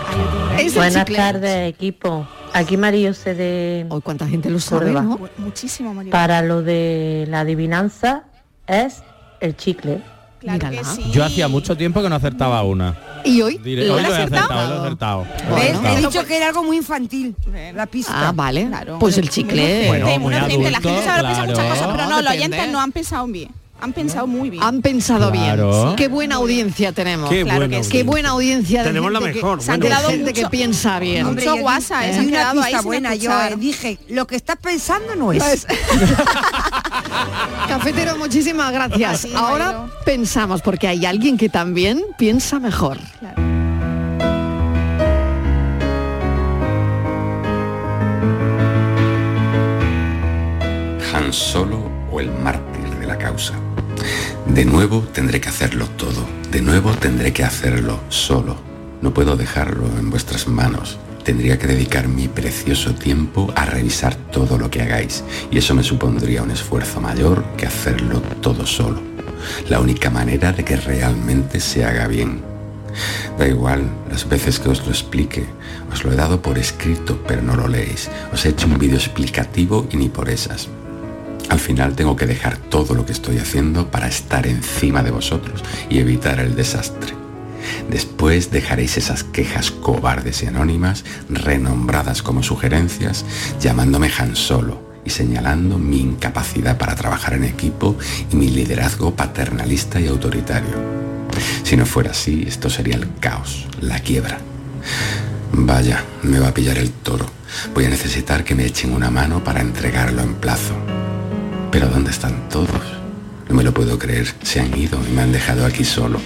D: Es el
M: Buenas
D: chicle.
M: tardes, equipo. Aquí María José de
D: Hoy cuánta gente lo sabe,
M: Córdoba.
D: Pues ¿no?
H: Muchísimo, María.
M: Para lo de la adivinanza es el chicle.
H: Claro que sí.
E: Yo hacía mucho tiempo que no acertaba una.
D: ¿Y hoy?
E: Dire-
D: ¿Lo
E: hoy
D: has
E: lo he
D: acertado?
E: acertado, lo he acertado. Lo he
G: ¿Ves?
E: acertado.
G: He dicho que era algo muy infantil, la pista.
D: Ah, vale. Pues el chicle.
E: Bueno, muy
H: Gente, la gente se habrá
E: adulto,
H: pensado muchas cosas, pero no, los
D: depende.
H: oyentes no han pensado bien. Han pensado muy bien.
D: Han pensado
E: Claro.
D: bien. Qué buena audiencia tenemos.
E: Qué Claro buena que sí.
D: Qué buena audiencia. de
E: Tenemos la
D: gente que-
E: mejor,
D: se han
E: bueno.
D: quedado
E: Hombre,
D: gente que piensa bien.
H: Hombre, Mucho yo- guasa, eh, se han
G: Y una
H: quedado ahí
G: pista
H: sin
G: buena, yo
H: escuchar.
G: eh, dije, lo que estás pensando no es.
D: Cafetero, muchísimas gracias. Ahora pensamos, porque hay alguien que también piensa mejor.
N: Han Solo o el mártir de la causa. De nuevo tendré que hacerlo todo. De nuevo tendré que hacerlo solo. No puedo dejarlo en vuestras manos. Tendría que dedicar mi precioso tiempo a revisar todo lo que hagáis. Y eso me supondría un esfuerzo mayor que hacerlo todo solo. La única manera de que realmente se haga bien. Da igual las veces que os lo explique. Os lo he dado por escrito, pero no lo leéis. Os he hecho un vídeo explicativo y ni por esas. Al final tengo que dejar todo lo que estoy haciendo para estar encima de vosotros y evitar el desastre. Después dejaréis esas quejas cobardes y anónimas, renombradas como sugerencias, llamándome Han Solo y señalando mi incapacidad para trabajar en equipo y mi liderazgo paternalista y autoritario. Si no fuera así, esto sería el caos, la quiebra. Vaya, me va a pillar el toro. Voy a necesitar que me echen una mano para entregarlo en plazo. Pero ¿dónde están todos? No me lo puedo creer. Se han ido y me han dejado aquí solo.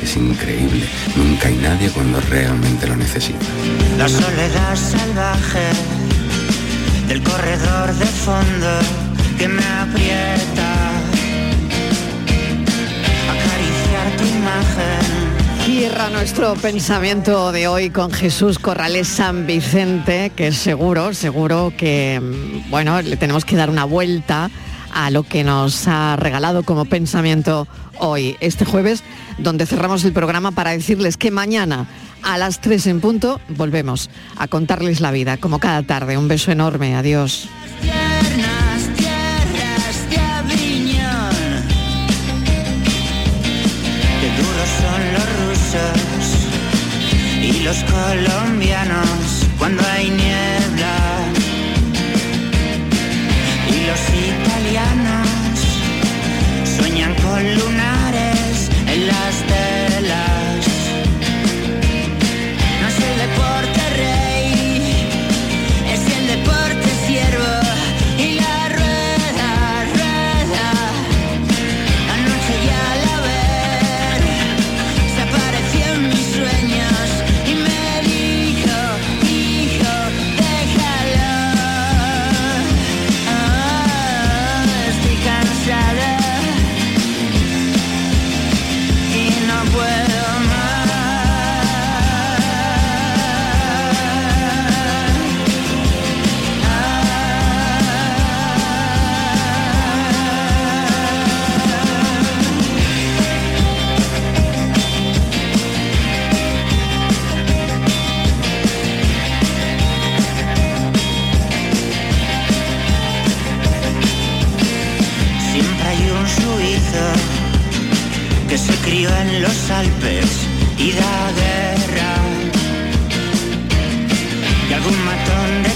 N: Es increíble. Nunca hay nadie cuando realmente lo necesita.
Z: La soledad salvaje del corredor de fondo que me aprieta.
D: nuestro pensamiento de hoy con Jesús Corrales San Vicente, que seguro, seguro que, mm, bueno, le tenemos que dar una vuelta a lo que nos ha regalado como pensamiento hoy, este jueves, donde cerramos el programa para decirles que mañana a las 3 en punto volvemos a contarles la vida, como cada tarde. Un beso enorme, adiós.
C: Tiernas tierras de Aviñón,
Z: Qué duros son los rusos y los colombianos cuando hay niebla. Y los italianos sueñan con lunares en las telas. No es el deporte rey, es el deporte siervo y la rueda, rueda. Anoche ya la ver, se apareció en mis sueños y me dijo, hijo, déjalo. Ah, estoy cansada y no puedo más. Siempre hay un suizo que se crió en los Alpes y da guerra. Y algún matón de